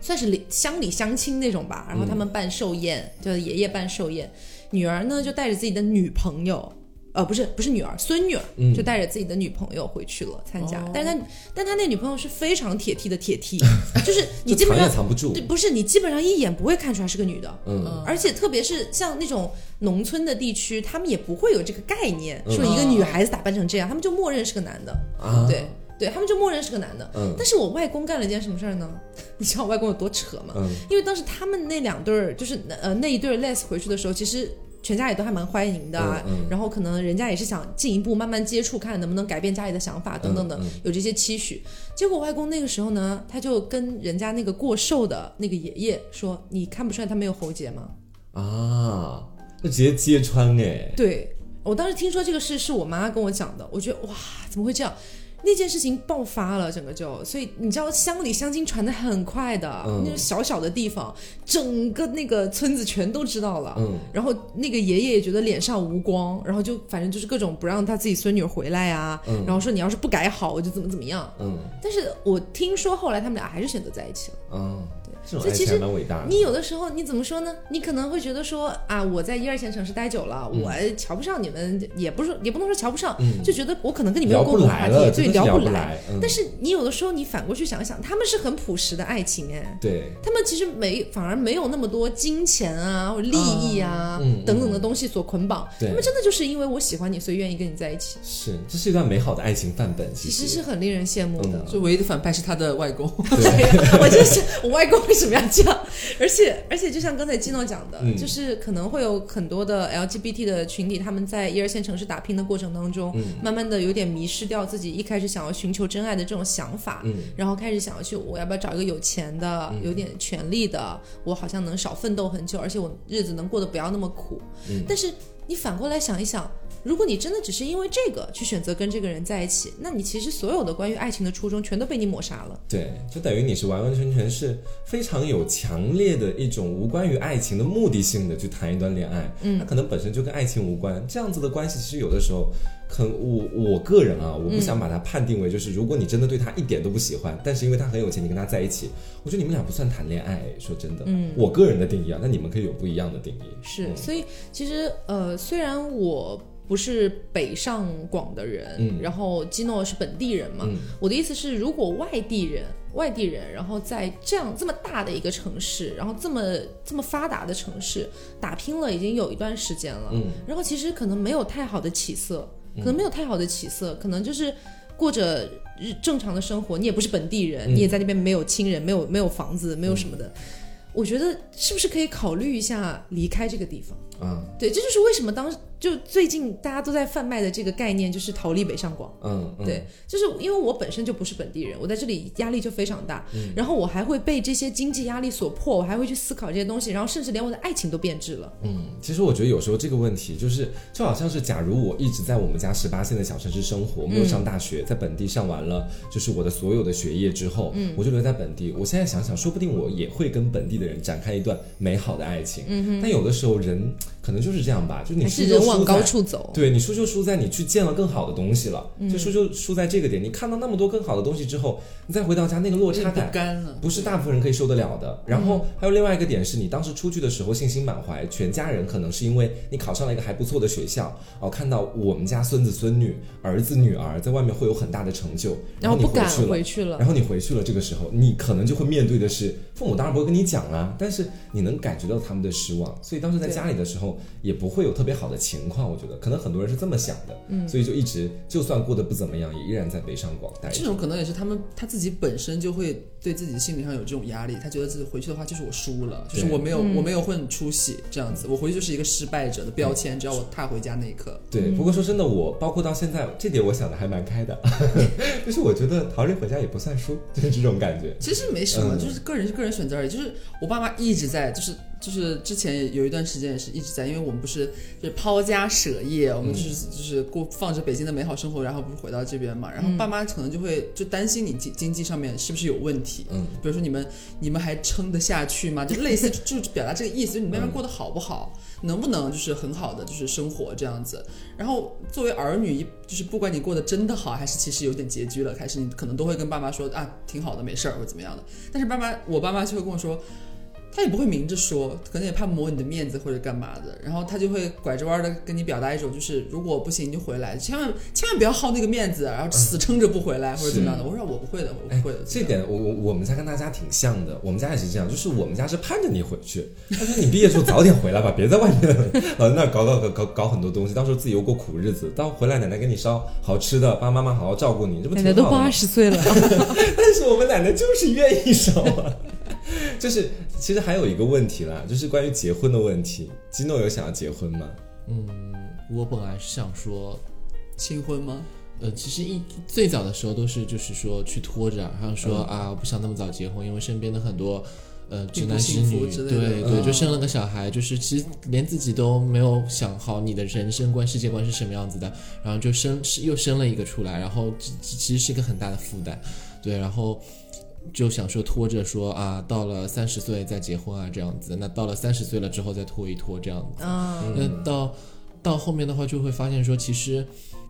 Speaker 1: 算是邻乡里乡亲那种吧，
Speaker 2: 嗯
Speaker 1: 然后他们办寿宴，就是爷爷办寿宴，女儿呢就带着自己的女朋友，呃，不是不是女儿，孙女儿，
Speaker 2: 嗯
Speaker 1: 就带着自己的女朋友回去了参加。
Speaker 2: 哦
Speaker 1: 但是他但他那女朋友是非常铁 T 的铁 T，就是你
Speaker 2: 就
Speaker 1: 基本
Speaker 2: 藏也
Speaker 1: 上
Speaker 2: 藏不住
Speaker 1: 对，。不是你基本上一眼不会看出来是个女的，
Speaker 2: 嗯，
Speaker 1: 而且特别是像那种农村的地区，他们也不会有这个概念，
Speaker 2: 嗯
Speaker 1: 说一个女孩子打扮成这样，他们就默认是个男的，
Speaker 2: 啊
Speaker 1: 对对，他们就默认是个男的。
Speaker 2: 嗯
Speaker 1: 但是我外公干了一件什么事儿呢？你知道我外公有多扯吗？
Speaker 2: 嗯
Speaker 1: 因为当时他们那两对儿，就是呃那一对儿 les 回去的时候，其实。全家也都还蛮欢迎的、啊
Speaker 2: 嗯嗯
Speaker 1: 然后可能人家也是想进一步慢慢接触，看能不能改变家里的想法等等的，
Speaker 2: 嗯嗯
Speaker 1: 有这些期许。结果外公那个时候呢，他就跟人家那个过寿的那个爷爷说：“你看不出来他没有喉结吗？”
Speaker 2: 啊，那直接揭穿哎，
Speaker 1: 对我当时听说这个事是我妈跟我讲的，我觉得哇，怎么会这样？那件事情爆发了，整个就，所以你知道乡里乡亲传的很快的，
Speaker 2: 嗯
Speaker 1: 那个小小的地方，整个那个村子全都知道了。
Speaker 2: 嗯
Speaker 1: 然后那个爷爷也觉得脸上无光，然后就反正就是各种不让他自己孙女回来啊，
Speaker 2: 嗯
Speaker 1: 然后说你要是不改好，我就怎么怎么样。
Speaker 2: 嗯
Speaker 1: 但是我听说后来他们俩还是选择在一起了。
Speaker 2: 嗯，这种
Speaker 1: 所以
Speaker 2: 爱
Speaker 1: 其
Speaker 2: 情
Speaker 1: 实
Speaker 2: 还蛮伟大的。
Speaker 1: 你有的时候你怎么说呢？你可能会觉得说啊，我在一二线城市待久了，
Speaker 2: 嗯
Speaker 1: 我瞧不上你们，也不是也不能说瞧不上，就觉得我可能跟你没有
Speaker 2: 聊
Speaker 1: 共
Speaker 2: 不
Speaker 1: 同
Speaker 2: 来
Speaker 1: 话
Speaker 2: 了，
Speaker 1: 题，对，
Speaker 2: 真的是
Speaker 1: 聊
Speaker 2: 嗯聊
Speaker 1: 来。
Speaker 2: 来。嗯
Speaker 1: 但是你有的时候你反过去想想，他们是很朴实的爱情哎。
Speaker 2: 对，
Speaker 1: 他们其实没，反而没有那么多金钱啊、或者利益啊、
Speaker 2: 嗯嗯
Speaker 1: 等等的东西所捆绑。
Speaker 2: 对
Speaker 1: 他们真的就是因为我喜欢你，所以愿意跟你在一起，
Speaker 2: 是这是一段美好的爱情范本，
Speaker 1: 其
Speaker 2: 其
Speaker 1: 实是很令人羡慕
Speaker 2: 嗯
Speaker 1: 的。
Speaker 4: 就唯一的反派是他的外 公，
Speaker 1: 对，我就是我外公为什么要这样？而且而且，就像刚才基诺讲的，
Speaker 2: 嗯
Speaker 1: 就是可能会有很多的 LGBT 的群体，他们在一二线城市打拼的过程当中，
Speaker 2: 嗯
Speaker 1: 慢慢的有点迷失掉自己一开始想要寻求真爱的这种想法，
Speaker 2: 嗯
Speaker 1: 然后开始想要去我要不要找一个有钱的、有点权利的，我好像能少奋斗很久，而且我日子能过得不要那么苦。
Speaker 2: 嗯
Speaker 1: 但是你反过来想一想。如果你真的只是因为这个去选择跟这个人在一起，那你其实所有的关于爱情的初衷全都被你抹杀了。
Speaker 2: 对，就等于你是完完全全是非常有强烈的一种无关于爱情的目的性的去谈一段恋爱，嗯，它可能本身就跟爱情无关，这样子的关系其实有的时候，可我我个人啊，我不想把它判定为就是如果你真的对他一点都不喜欢，但是因为他很有钱，你跟他在一起，我觉得你们俩不算谈恋爱，说真的，嗯，我个人的定义啊，那你们可以有不一样的定义，
Speaker 1: 是，所
Speaker 2: 嗯
Speaker 1: 以其实呃，虽然我不是北上广的人，
Speaker 2: 嗯
Speaker 1: 然后基诺是本地人嘛，
Speaker 2: 嗯
Speaker 1: 我的意思是，如果外地人，外地人，然后在这样这么大的一个城市，然后这么这么发达的城市打拼了已经有一段时间了，
Speaker 2: 嗯
Speaker 1: 然后其实可能没有太好的起色，可能没有太好的起色，可能就是过着日正常的生活，你也不是本地人，
Speaker 2: 嗯
Speaker 1: 你也在那边没有亲人，没有没有房子，没有什么的。我觉得是不是可以考虑一下离开这个地方？
Speaker 2: 啊，
Speaker 1: 对，这就是为什么当就最近大家都在贩卖的这个概念，就是逃离北上广。
Speaker 2: 嗯，嗯
Speaker 1: 对，，就是因为我本身就不是本地人，我在这里压力就非常大，
Speaker 2: 嗯
Speaker 1: 然后我还会被这些经济压力所迫，我还会去思考这些东西，然后甚至连我的爱情都变质了。
Speaker 2: 嗯，其实我觉得有时候这个问题就是，就好像是假如我一直在我们家十八线的小城市生活，没有上大学，在本地上完了就是我的所有的学业之后，嗯，我就留在本地。我现在想想，说不定我也会跟本地的人展开一段美好的爱情。嗯但有的时候人可能就是这样吧，就你
Speaker 1: 还
Speaker 2: 输
Speaker 1: 是
Speaker 2: 就
Speaker 1: 人往
Speaker 2: 输在
Speaker 1: 高处嗯走，
Speaker 2: 对你输就输在你去见了更好的东西了，就输就输在这个点。你看到那么多更好的东西之后，你再回到家那个落差
Speaker 4: 不
Speaker 2: 感
Speaker 4: 甘了。
Speaker 2: 不是大部分人可以受得了的。然后
Speaker 1: 嗯
Speaker 2: 还有另外一个点是，你当时出去的时候信心满怀，全家人可能是因为你考上了一个还不错的学校，哦，看到我们家孙子孙女、儿子女儿在外面会有很大的成就，
Speaker 1: 然后
Speaker 2: 你
Speaker 1: 不敢
Speaker 2: 去了，
Speaker 1: 回去了
Speaker 2: 然。后你回去了，这个时候你可能就会面对的是父母当然不会跟你讲啦、但是你能感觉到他们的失望，所以当时在
Speaker 1: 对
Speaker 2: 家里的时候也不会有特别好的情况，我觉得可能很多人是这么想的，嗯，所以就一直就算过得不怎么样，也依然在北上广待着
Speaker 4: 这，种可能也是他们他自己本身就会对自己心理上有这种压力，他觉得自己回去的话就是我输了，就是
Speaker 2: 对
Speaker 4: 我没有、我没有混出息这样子，我回去就是一个失败者的标签，只要我踏回家那一刻。
Speaker 1: 嗯
Speaker 2: 对，不过说真的，我包括到现在这点，我想的还蛮开的， 就是我觉得逃离回家也不算输，就是这种感觉。
Speaker 4: 其实没什么，
Speaker 2: 嗯
Speaker 4: 就是个人是个人选择而已。就是我爸妈一直在，就是就是之前也有一段时间也是一直在，因为我们不是就是抛家舍业，我们就是、就是过放着北京的美好生活，然后不是回到这边嘛，然后爸妈可能就会就担心你经经济上面是不是有问题，
Speaker 2: 嗯，
Speaker 4: 比如说你们你们还撑得下去吗？就类似就是表达这个意思，就是你
Speaker 2: 嗯
Speaker 4: 们那边过得好不好，能不能就是很好的就是生活这样子。然后作为儿女，一就是不管你过得真的好，还是其实有点拮据了，开始你可能都会跟爸妈说啊，挺好的，没事儿或者怎么样的。但是爸妈，我爸妈就会跟我说。他也不会明着说，可能也怕磨你的面子或者干嘛的，然后他就会拐着弯的跟你表达一种，就是如果不行你就回来，千万千万不要好那个面子，然后死撑着不回来、或者怎么样的。我说我不会的，我
Speaker 2: 嗯哎
Speaker 4: 不会的。，
Speaker 2: 这点我我我们家跟大家挺像的，我们家也是这样，就是我们家是盼着你回去，他说你毕业之后早点回来吧，别在外面老在那儿搞搞搞搞搞很多东西，到时候自己又过苦日子，到回来奶奶给你烧好吃的，爸爸妈妈好好照顾你，这不
Speaker 1: 奶奶
Speaker 2: 挺好
Speaker 1: 都
Speaker 2: 的吗？
Speaker 1: 八十岁了，
Speaker 2: 但是我们奶奶就是愿意烧啊。就是其实还有一个问题啦，就是关于结婚的问题，基诺有想要结婚吗？
Speaker 3: 我本来啊是想说，
Speaker 4: 新婚吗？
Speaker 3: 呃，其实一最早的时候都是就是说去拖着，然后说、啊，我不想那么早结婚，因为身边的很多呃
Speaker 4: 嗯并
Speaker 3: 直
Speaker 4: 不
Speaker 3: 男直
Speaker 4: 幸福
Speaker 3: 女，
Speaker 4: 之类
Speaker 3: 对
Speaker 4: 的
Speaker 3: 对，
Speaker 4: 嗯
Speaker 3: 就生了个小孩，就是其实连自己都没有想好你的人生观、世界观是什么样子的，然后就生是又生了一个出来，然后其其其实是一个很大的负担，对，然后。就想说拖着说啊，到了三十岁再结婚啊，这样子。那到了三十岁了之后再拖一拖，这样子。
Speaker 1: 啊，
Speaker 4: 嗯
Speaker 3: 那到到后面的话，就会发现说，其实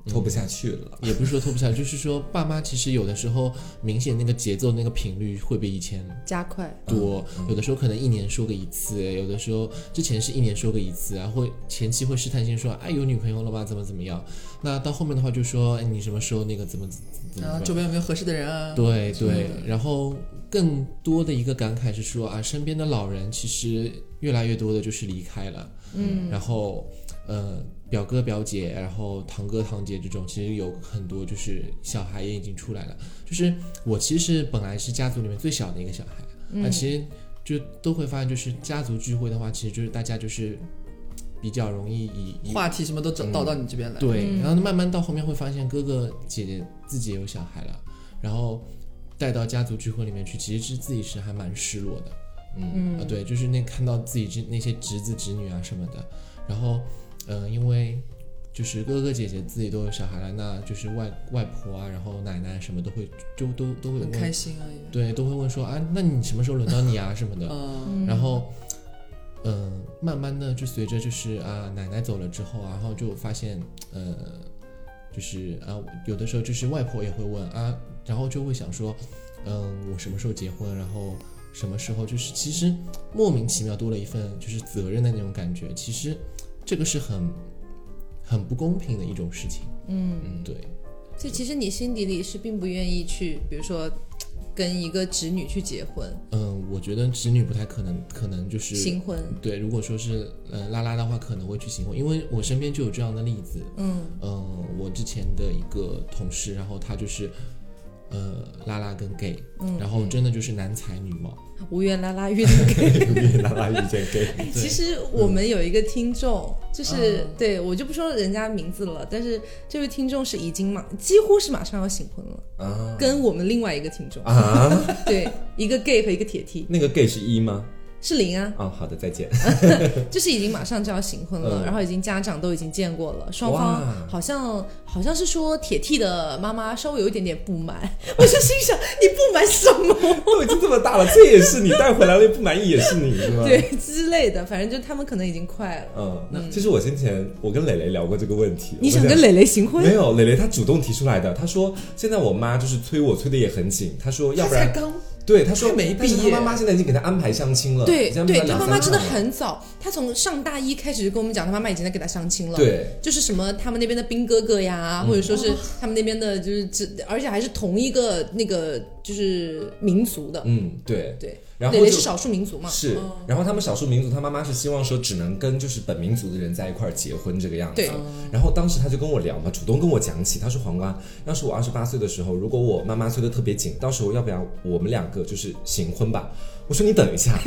Speaker 2: 拖不下去了。
Speaker 3: 也不是说拖不下来，就是说爸妈其实有的时候明显那个节奏、那个频率会比以前
Speaker 1: 加快，
Speaker 3: 多，有的时候可能一年说个一次，有的时候之前是一年说个一次啊，会前期会试探性说，哎，有女朋友了吗？怎么怎么样？那到后面的话就说，哎，你什么时候那个怎么怎么怎么
Speaker 4: 然
Speaker 3: 样
Speaker 4: 后？周边有没有合适的人啊？
Speaker 3: 对对，然后更多的一个感慨是说啊，身边的老人其实越来越多的就是离开了，嗯，然后呃，表哥表姐，然后堂哥堂姐这种，其实有很多就是小孩也已经出来了，就是我其实本来是家族里面最小的一个小孩，那、其实就都会发现，就是家族聚会的话，其实就是大家就是比较容易以以
Speaker 4: 话题什么都找导到你这边来。
Speaker 3: 对，然后慢慢到后面会发现哥哥姐姐自己也有小孩了，然后带到家族聚会里面去，其实是自己是还蛮失落的。嗯啊，对，就是那看到自己侄那些侄子侄女啊什么的，然后嗯、呃因为就是哥哥姐姐自己都有小孩了，那就是外外婆啊，然后奶奶什么都会就都都
Speaker 1: 嗯
Speaker 3: 会
Speaker 4: 很开
Speaker 3: 问，
Speaker 4: 心啊也。
Speaker 3: 对，都会问说啊，那你什么时候轮到你啊什么的，
Speaker 4: 嗯，
Speaker 3: 然后，嗯、慢慢的就随着就是啊奶奶走了之后啊，然后就发现呃，就是啊有的时候就是外婆也会问啊，然后就会想说，嗯、我什么时候结婚，然后什么时候就是其实莫名其妙多了一份就是责任的那种感觉，其实这个是很很不公平的一种事情，嗯，对。
Speaker 1: 所以其实你心底里是并不愿意去，比如说跟一个侄女去结婚，
Speaker 3: 嗯，我觉得侄女不太可能，可能就是
Speaker 1: 新婚，
Speaker 3: 对，如果说是呃拉拉的话，可能会去行婚，因为我身边就有这样的例子。
Speaker 1: 嗯
Speaker 3: 嗯、我之前的一个同事，然后他就是呃拉拉跟 gay，、然后真的就是男才女貌。
Speaker 1: 嗯无缘拉拉运。
Speaker 2: 拉拉遇见 gay，
Speaker 1: 其实我们有一个听众，就是、对我就不说人家名字了，但是这位听众是已经马几乎是马上要醒婚了，
Speaker 2: 啊
Speaker 1: 跟我们另外一个听众，
Speaker 2: 啊，
Speaker 1: 对，一个 gay 和一个铁 T
Speaker 2: 那个 gay 是一吗？
Speaker 1: 是零啊，
Speaker 2: 啊，好的，再见。
Speaker 1: 就是已经马上就要行婚了，
Speaker 2: 嗯
Speaker 1: 然后已经家长都已经见过了，双方
Speaker 2: 哇
Speaker 1: 好像好像是说铁 T 的妈妈稍微有一点点不满， 我就心想你不满什么？
Speaker 2: 都已经这么大了，这也是你带回来了，又不满意也是你，是吗？。
Speaker 1: 对之类的，反正就他们可能已经快了。
Speaker 2: 嗯，那其实我先前我跟磊磊聊过这个问题，
Speaker 1: 你
Speaker 2: 我
Speaker 1: 想跟磊磊行
Speaker 2: 没
Speaker 1: 婚？
Speaker 2: 有，磊磊他主动提出来的。他说，现在我妈就是催我，催的也很紧。他说，要不
Speaker 4: 呃才
Speaker 2: 然
Speaker 4: 刚
Speaker 2: 对他说
Speaker 4: 还没毕
Speaker 2: 但是他
Speaker 4: 业
Speaker 2: 妈妈现在已经给他安排相亲了，
Speaker 1: 对
Speaker 2: 已经安
Speaker 1: 对，
Speaker 2: 排
Speaker 1: 他
Speaker 2: 两
Speaker 1: 妈妈
Speaker 2: 三
Speaker 1: 真的
Speaker 2: 场了
Speaker 1: 很早，他从上大一开始就跟我们讲，他妈妈已经在给他相亲了。。
Speaker 2: 对。嗯
Speaker 1: 就是什么他们那边的兵哥哥呀，或者说是他们那边的，就是这，而且还是同一个那个就是民族的，
Speaker 2: 嗯，对，
Speaker 1: 对，
Speaker 2: 然
Speaker 1: 磊
Speaker 2: 后
Speaker 1: 磊
Speaker 2: 就是
Speaker 1: 少数民族嘛，嗯
Speaker 2: 是，然后他们少数民族，他妈妈是希望说只能跟就是本民族的人在一块儿结婚这个样子。
Speaker 1: 对
Speaker 2: 然后当时他就跟我聊嘛，主动跟我讲起，他说黄瓜，要是我二十八岁的时候，如果我妈妈催的特别紧，到时候要不要我们两个就是行婚吧？我说你等一下，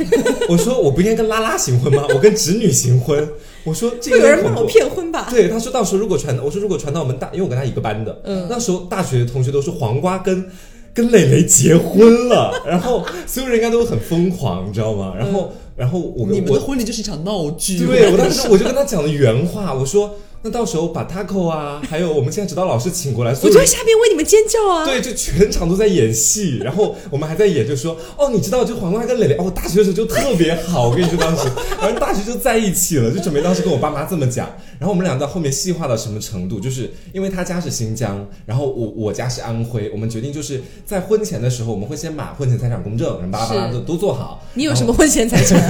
Speaker 2: 我说我不应该跟拉拉行婚吗？我跟侄女行婚。我说这
Speaker 1: 会有
Speaker 2: 点
Speaker 1: 人
Speaker 2: 恐
Speaker 1: 帮我
Speaker 2: 怖。
Speaker 1: 骗婚吧？
Speaker 2: 对，他说到时候如果传，我说如果传到我们大，因为我跟他一个班的，那时候大学的同学都说黄瓜跟跟磊磊结婚了， 然后所有人应该都很疯狂，你知道吗？然后，然后我跟
Speaker 4: 你们
Speaker 2: 我
Speaker 4: 的婚礼就是一场闹剧。
Speaker 2: 对我当时我就跟他讲了原话，我说那到时候把 taco 啊，还有我们现在指导老师请过来，所
Speaker 1: 我
Speaker 2: 有
Speaker 1: 就在
Speaker 2: 人。
Speaker 1: 下面为你们尖叫啊！
Speaker 2: 对，就全场都在演戏，然后我们还在演，就说哦，你知道，就黄瓜跟磊磊，哦，我大学的时候就特别好，我跟你说当时，然后大学就在一起了，就准备当时跟我爸妈这么讲，然后我们俩到后面细化到什么程度，就是因为他家是新疆，然后我我家是安徽，我们决定就是在婚前的时候，我们会先把婚前财产公证，什么巴拉巴拉
Speaker 1: 是
Speaker 2: 都都做好。
Speaker 1: 你有
Speaker 2: 然后
Speaker 1: 什么婚前财产？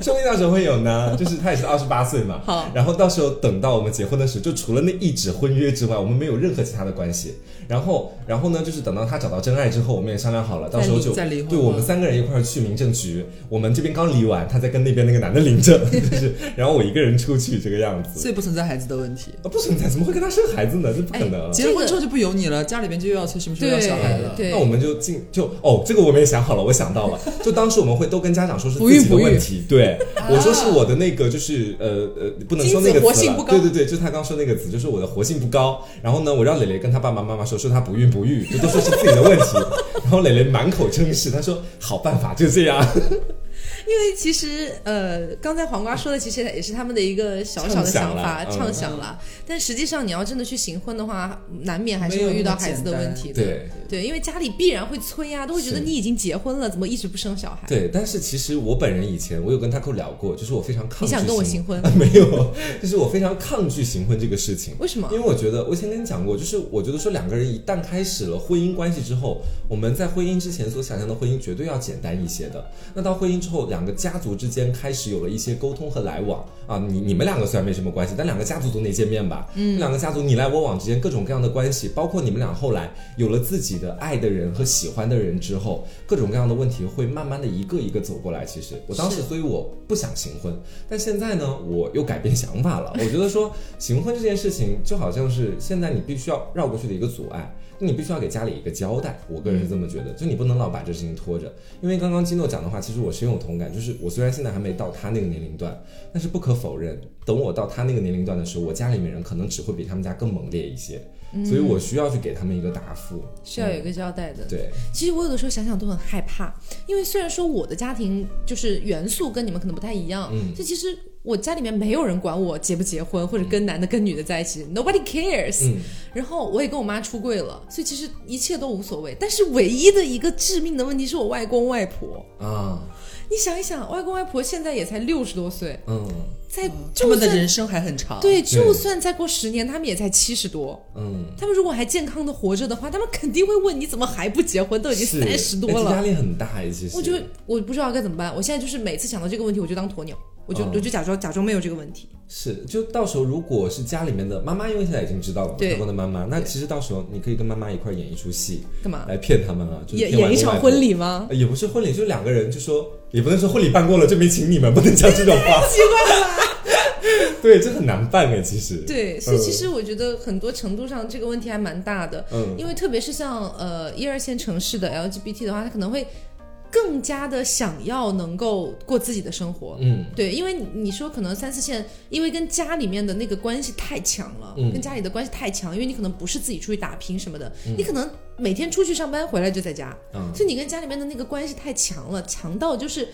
Speaker 2: 说不定到时候会有呢，就是他也是二十八岁嘛。
Speaker 1: 好
Speaker 2: 然后到时候等到我们结婚的时候，就除了那一纸婚约之外，我们没有任何其他的关系。然后，然后呢，就是等到他找到真爱之后，我们也商量好了，到时候就
Speaker 4: 再离再离婚
Speaker 2: 对
Speaker 4: 吗
Speaker 2: 我们三个人一块儿去民政局，我们这边刚离完，他再跟那边那个男的领证， 就是，然后我一个人出去这个样子。
Speaker 4: 所以不存在孩子的问题。
Speaker 2: 啊，不存在，怎么会跟他生孩子呢？这不可能。
Speaker 4: 结了婚之后就不由你了，家里边就又要催什么时候要小孩了。
Speaker 1: 对
Speaker 2: 那我们就进就哦，这个我们也想好了，我想 到了，就当时我们会都跟家长说是
Speaker 4: 不
Speaker 2: 自
Speaker 4: 孕
Speaker 2: 己的
Speaker 4: 不育
Speaker 2: 问题，对，我说是我的那个就是呃呃，不能说那个
Speaker 1: 啊精子活
Speaker 2: 词
Speaker 1: 性
Speaker 2: 了
Speaker 1: 不高
Speaker 2: 对对对，就他刚说那个词，就是我的活性不高。然后呢，我让磊磊跟他爸爸妈妈说，说他不孕不育，就 都说是自己的问题。然后磊磊满口称是，他说好办法就这样，
Speaker 1: 为其实呃，刚才黄瓜说的其实也是他们的一个小小的想法
Speaker 2: 畅想啦
Speaker 1: 畅
Speaker 2: 嗯
Speaker 1: 想啦，但实际上你要真的去行婚的话，难免还是
Speaker 4: 没有
Speaker 1: 会遇
Speaker 4: 那
Speaker 1: 到
Speaker 4: 么
Speaker 1: 孩子的
Speaker 4: 简单
Speaker 1: 问题的。
Speaker 2: 对
Speaker 1: 对，因为家里必然会催啊，都会觉得
Speaker 2: 是
Speaker 1: 你已经结婚了，怎么一直不生小孩？
Speaker 2: 对，但是其实我本人以前我有跟他哥聊过，就是我非常抗拒
Speaker 1: 你想跟我行婚？
Speaker 2: 没有，就是我非常抗拒行婚这个事情。
Speaker 1: 为什么
Speaker 2: 因为我觉得，我以前跟你讲过，就是我觉得说两个人一旦开始了婚姻关系之后，我们在婚姻之前所想象的婚姻绝对要简单一些的。那到婚姻之后，两个家族之间开始有了一些沟通和来往啊，你你们两个虽然没什么关系，但两个家族总得见面吧？嗯，两个家族你来我往之间各种各样的关系，包括你们俩后来有了自己的爱的人和喜欢的人之后，各种各样的问题会慢慢的一个一个走过来。其实我当时，所以我不想行婚，但现在呢，我又改变想法了。我觉得说行婚这件事情，就好像是现在你必须要绕过去的一个阻碍，你必须要给家里一个交代。我个人是这么觉
Speaker 1: 嗯
Speaker 2: 得，就你不能老把这事情拖着。因为刚刚基诺讲的话，其实我深有同感。就是我虽然现在还没到他那个年龄段，但是不可否认，等我到他那个年龄段的时候，我家里面人可能只会比他们家更猛烈一些，
Speaker 1: 嗯
Speaker 2: 所以我需要去给他们一个答复。
Speaker 1: 需要有一个交代的。
Speaker 2: 对，
Speaker 1: 其实我有的时候想想都很害怕，因为虽然说我的家庭就是元素跟你们可能不太一样，
Speaker 2: 嗯
Speaker 1: 就其实我家里面没有人管我结不结婚，或者跟男的跟女的在一起，nobody cares、
Speaker 2: 嗯，
Speaker 1: 然后我也跟我妈出柜了，所以其实一切都无所谓。但是唯一的一个致命的问题是我外公外婆，
Speaker 2: 啊，
Speaker 1: 你想一想，外公外婆现在也才六十多岁，
Speaker 2: 嗯
Speaker 1: 在
Speaker 4: 他
Speaker 1: 就
Speaker 4: 们的
Speaker 1: 算
Speaker 4: 人生还很长，，
Speaker 1: 对，就
Speaker 2: 对
Speaker 1: 算再过十年，他们也才七十多。
Speaker 2: 嗯。
Speaker 1: 他们如果还健康的活着的话，他们肯定会问你怎么还不结婚，都已经
Speaker 2: 是
Speaker 1: 三十多
Speaker 2: 哎这
Speaker 1: 了。
Speaker 2: 压力很大哎，其实
Speaker 1: 我就我不知道该怎么办。我现在就是每次想到这个问题，我就当鸵鸟，我就、
Speaker 2: 嗯
Speaker 1: 我就假装假装没有这个问题。
Speaker 2: 是，就到时候如果是家里面的妈妈，因为现在已经知道了嘛，
Speaker 1: 对
Speaker 2: 外公的妈妈，那其实到时候你可以跟妈妈一块儿演一出戏，
Speaker 1: 干嘛？
Speaker 2: 来骗他们啊，就是
Speaker 1: 演
Speaker 2: 骗外
Speaker 1: 演一
Speaker 2: 公
Speaker 1: 场
Speaker 2: 外婆
Speaker 1: 婚、礼吗？
Speaker 2: 呃也不是婚礼，就两个人就说，也不能说婚礼办过了就没请你们，不能讲这种 话，奇怪吧？ 对，这很难办哎，其实，
Speaker 1: 对，所以其实我觉得很多程度上这个问题还蛮大的，
Speaker 2: 嗯
Speaker 1: 因为特别是像呃一二线城市的 LGBT 的话，他可能会更加的想要能够过自己的生活。
Speaker 2: 嗯，
Speaker 1: 对，因为你你说可能三四线，因为跟家里面的那个关系太强了，
Speaker 2: 嗯
Speaker 1: 跟家里的关系太强，因为你可能不是自己出去打拼什么的，你可能每天出去上班回来就在家，
Speaker 2: 嗯
Speaker 1: 所以你跟家里面的那个关系太强了，强到就是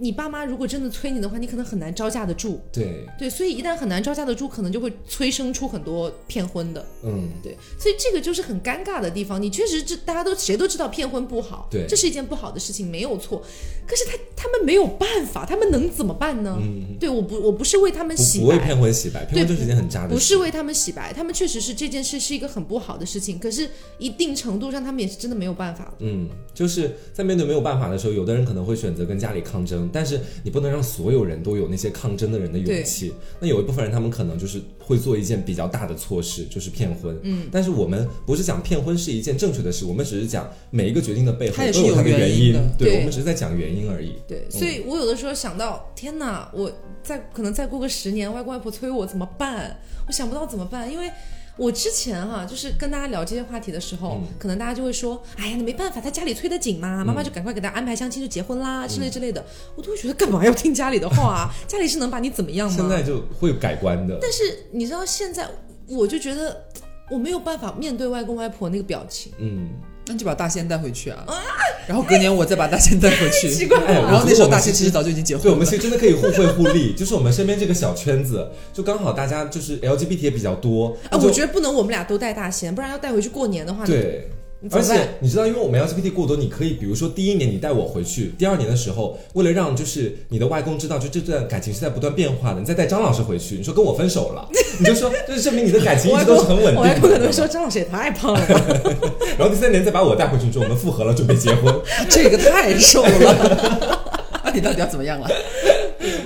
Speaker 1: 你爸妈如果真的催你的话，你可能很难招架得住。
Speaker 2: 对，
Speaker 1: 对，所以一旦很难招架得住，可能就会催生出很多骗婚的。
Speaker 2: 嗯，
Speaker 1: 对，所以这个就是很尴尬的地方。你确实这大家都谁都知道骗婚不好，
Speaker 2: 对
Speaker 1: 这是一件不好的事情，没有错。可是他他们没有办法，他们能怎么办呢？对，我不我不是为他们
Speaker 2: 不
Speaker 1: 洗
Speaker 2: 嗯不为
Speaker 1: 白，
Speaker 2: 骗婚洗白，骗
Speaker 1: 对
Speaker 2: 婚就是一件很渣的事，
Speaker 1: 不是为他们洗白，他们确实是这件事是一个很不好的事情。可是一定程度上，他们也是真的没有办法了。
Speaker 2: 嗯，就是在面对没有办法的时候，有的人可能会选择跟家里抗争，但是你不能让所有人都有那些抗争的人的勇气。那有一部分人，他们可能就是会做一件比较大的错事，就是骗婚。嗯，但是我们不是讲骗婚是一件正确的事，我们只是讲每一个决定的背后
Speaker 4: 它也
Speaker 2: 都
Speaker 4: 是有
Speaker 2: 它的
Speaker 4: 原因
Speaker 2: 因
Speaker 4: 的。
Speaker 1: 对
Speaker 2: 我们只是在讲原因而已。
Speaker 1: 对，所以我有的时候想到，天哪，我再可能再过个十年，外公外婆催我怎么办？我想不到怎么办，因为我之前哈、就是跟大家聊这些话题的时候，
Speaker 2: 嗯
Speaker 1: 可能大家就会说，哎呀，那没办法，他家里催得紧嘛，妈妈就赶快给他安排相亲就结婚啦、
Speaker 2: 嗯
Speaker 1: 之类之类的。我都会觉得干嘛要听家里的话、 啊？家里是能把你怎么
Speaker 4: 嗯
Speaker 1: 样吗？
Speaker 2: 现在就会改观的，
Speaker 1: 但是你知道现在，我就觉得我没有办法面对外公外婆那个表情，
Speaker 2: 嗯，
Speaker 4: 那你就把大仙带回去啊，然后隔年我再把大仙带 回
Speaker 1: 奇
Speaker 4: 去，
Speaker 1: 怪
Speaker 2: 哎
Speaker 1: 了。
Speaker 4: 然后那时
Speaker 2: 我觉得我们
Speaker 4: 候大仙
Speaker 2: 其
Speaker 4: 其
Speaker 2: 实
Speaker 4: 实早就已经结
Speaker 2: 对，
Speaker 4: 婚
Speaker 2: 我们
Speaker 4: 了
Speaker 2: 其。实真的可以互惠互利，就是我们身边这个小圈子，就刚好大家就是 LGBT 也比较多，
Speaker 1: 啊，
Speaker 2: 就
Speaker 1: 我觉得不能我们俩都带大仙，不然要带回去过年的话，
Speaker 2: 对
Speaker 1: 啊你，怎
Speaker 2: 而
Speaker 1: 么办
Speaker 2: 且你知道，因为我们 LGBT 过多，你可以比如说第一年你带我回去，第二年的时候，为了让就是你的外公知道，就这段感情是在不断变化的，你再带张老师回去，你说跟我分手 了，你就说就是证明你的感情一直都是很稳
Speaker 1: 我外
Speaker 2: 定
Speaker 1: 公可能会
Speaker 2: 的。
Speaker 1: 说张老师也太胖了吧。
Speaker 2: 然后第三年再把我带回去，你说我们复合了，准备 结婚。
Speaker 4: 这个太瘦了，那你到底要怎么样了？啊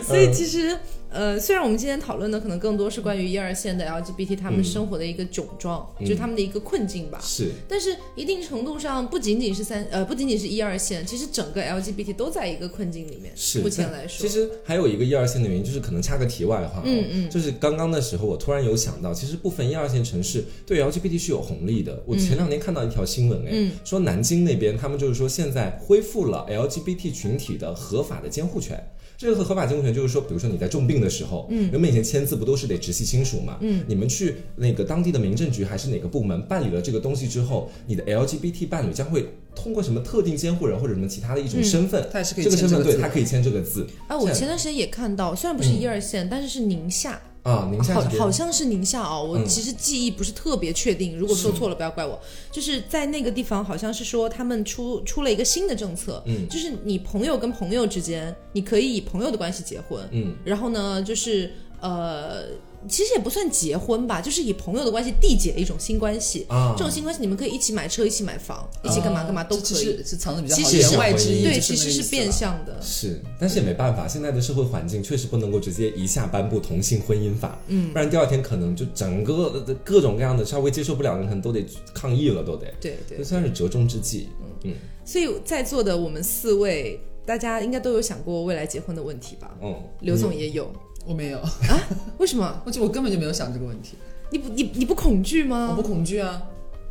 Speaker 1: 所
Speaker 2: 嗯
Speaker 1: 以其实。呃，虽然我们今天讨论的可能更多是关于一二线的 LGBT 他们生活的一个窘状，就是他们的一个困境吧。
Speaker 2: 嗯是，
Speaker 1: 但是一定程度上，不仅仅是三呃，不仅仅是一二线，其实整个 LGBT 都在一个困境里面。
Speaker 2: 是，
Speaker 1: 目前
Speaker 2: 但
Speaker 1: 来
Speaker 2: 其
Speaker 1: 说，
Speaker 2: 实还有一个一二线的原因，就是可能插个题外话、哦，
Speaker 1: 嗯嗯
Speaker 2: 就是刚刚的时候，我突然有想到，其实部分一二线城市对 LGBT 是有红利的。我前两天看到一条新闻，哎、
Speaker 1: 嗯
Speaker 2: 说南京那边他们就是说现在恢复了 LGBT 群体的合法的监护权。这个合法监护权就是说，比如说你在重病的时候，嗯，人们以前签字不都是得直系亲属嘛，嗯，你们去那个当地的民政局还是哪个部门办理了这个东西之后，你的 LGBT 伴侣将会通过什么特定监护人或者什么其他的一
Speaker 1: 嗯
Speaker 2: 种身份，
Speaker 4: 他也是可以
Speaker 2: 这个
Speaker 4: 签
Speaker 2: 身
Speaker 4: 这
Speaker 2: 份
Speaker 4: 个字
Speaker 2: 对他可以签这个字
Speaker 1: 啊，我
Speaker 2: 现在嗯
Speaker 1: 前段时间也看到，虽然不是一二线，但是是宁夏。
Speaker 2: 啊，宁夏
Speaker 1: 好
Speaker 2: 这边
Speaker 1: 好像是宁夏哦，我其实记忆不是特别确定，如果说错了不要怪我。就是在那个地方，好像是说他们出出了一个新的政策，
Speaker 2: 嗯
Speaker 1: 就是你朋友跟朋友之间，你可以以朋友的关系结婚，
Speaker 2: 嗯，
Speaker 1: 然后呢，就是呃，其实也不算结婚吧，就是以朋友的关系缔结一种新关系。
Speaker 2: 啊，
Speaker 1: 这种新关系，你们可以一起买车，一起买房，一起干嘛干嘛都
Speaker 4: 这
Speaker 1: 可
Speaker 4: 其
Speaker 1: 以。
Speaker 4: 实啊是藏的比较好，
Speaker 1: 其实
Speaker 4: 言外之意
Speaker 1: 对，
Speaker 4: 就
Speaker 1: 其
Speaker 4: 这
Speaker 1: 实
Speaker 4: 么
Speaker 1: 是
Speaker 4: 意思
Speaker 1: 变
Speaker 4: 吧
Speaker 1: 相的。
Speaker 2: 是，但是也没办法，现在的社会环境确实不能够直接一下颁布同性婚姻法，嗯，不然第二天可能就整个呃各种各样的稍微接受不了的人，可能都得抗议了，都得，
Speaker 1: 对对
Speaker 2: 这，算是折中之计，嗯
Speaker 1: 所以在座的我们四位，大家应该都有想过未来结婚的问题吧？
Speaker 2: 嗯，
Speaker 1: 刘总也有，
Speaker 4: 我没有，
Speaker 1: 为什么？
Speaker 4: 我就我根本就没有想这个问题，
Speaker 1: 你不你你不恐惧
Speaker 4: 我
Speaker 1: 吗
Speaker 4: 不？恐惧啊，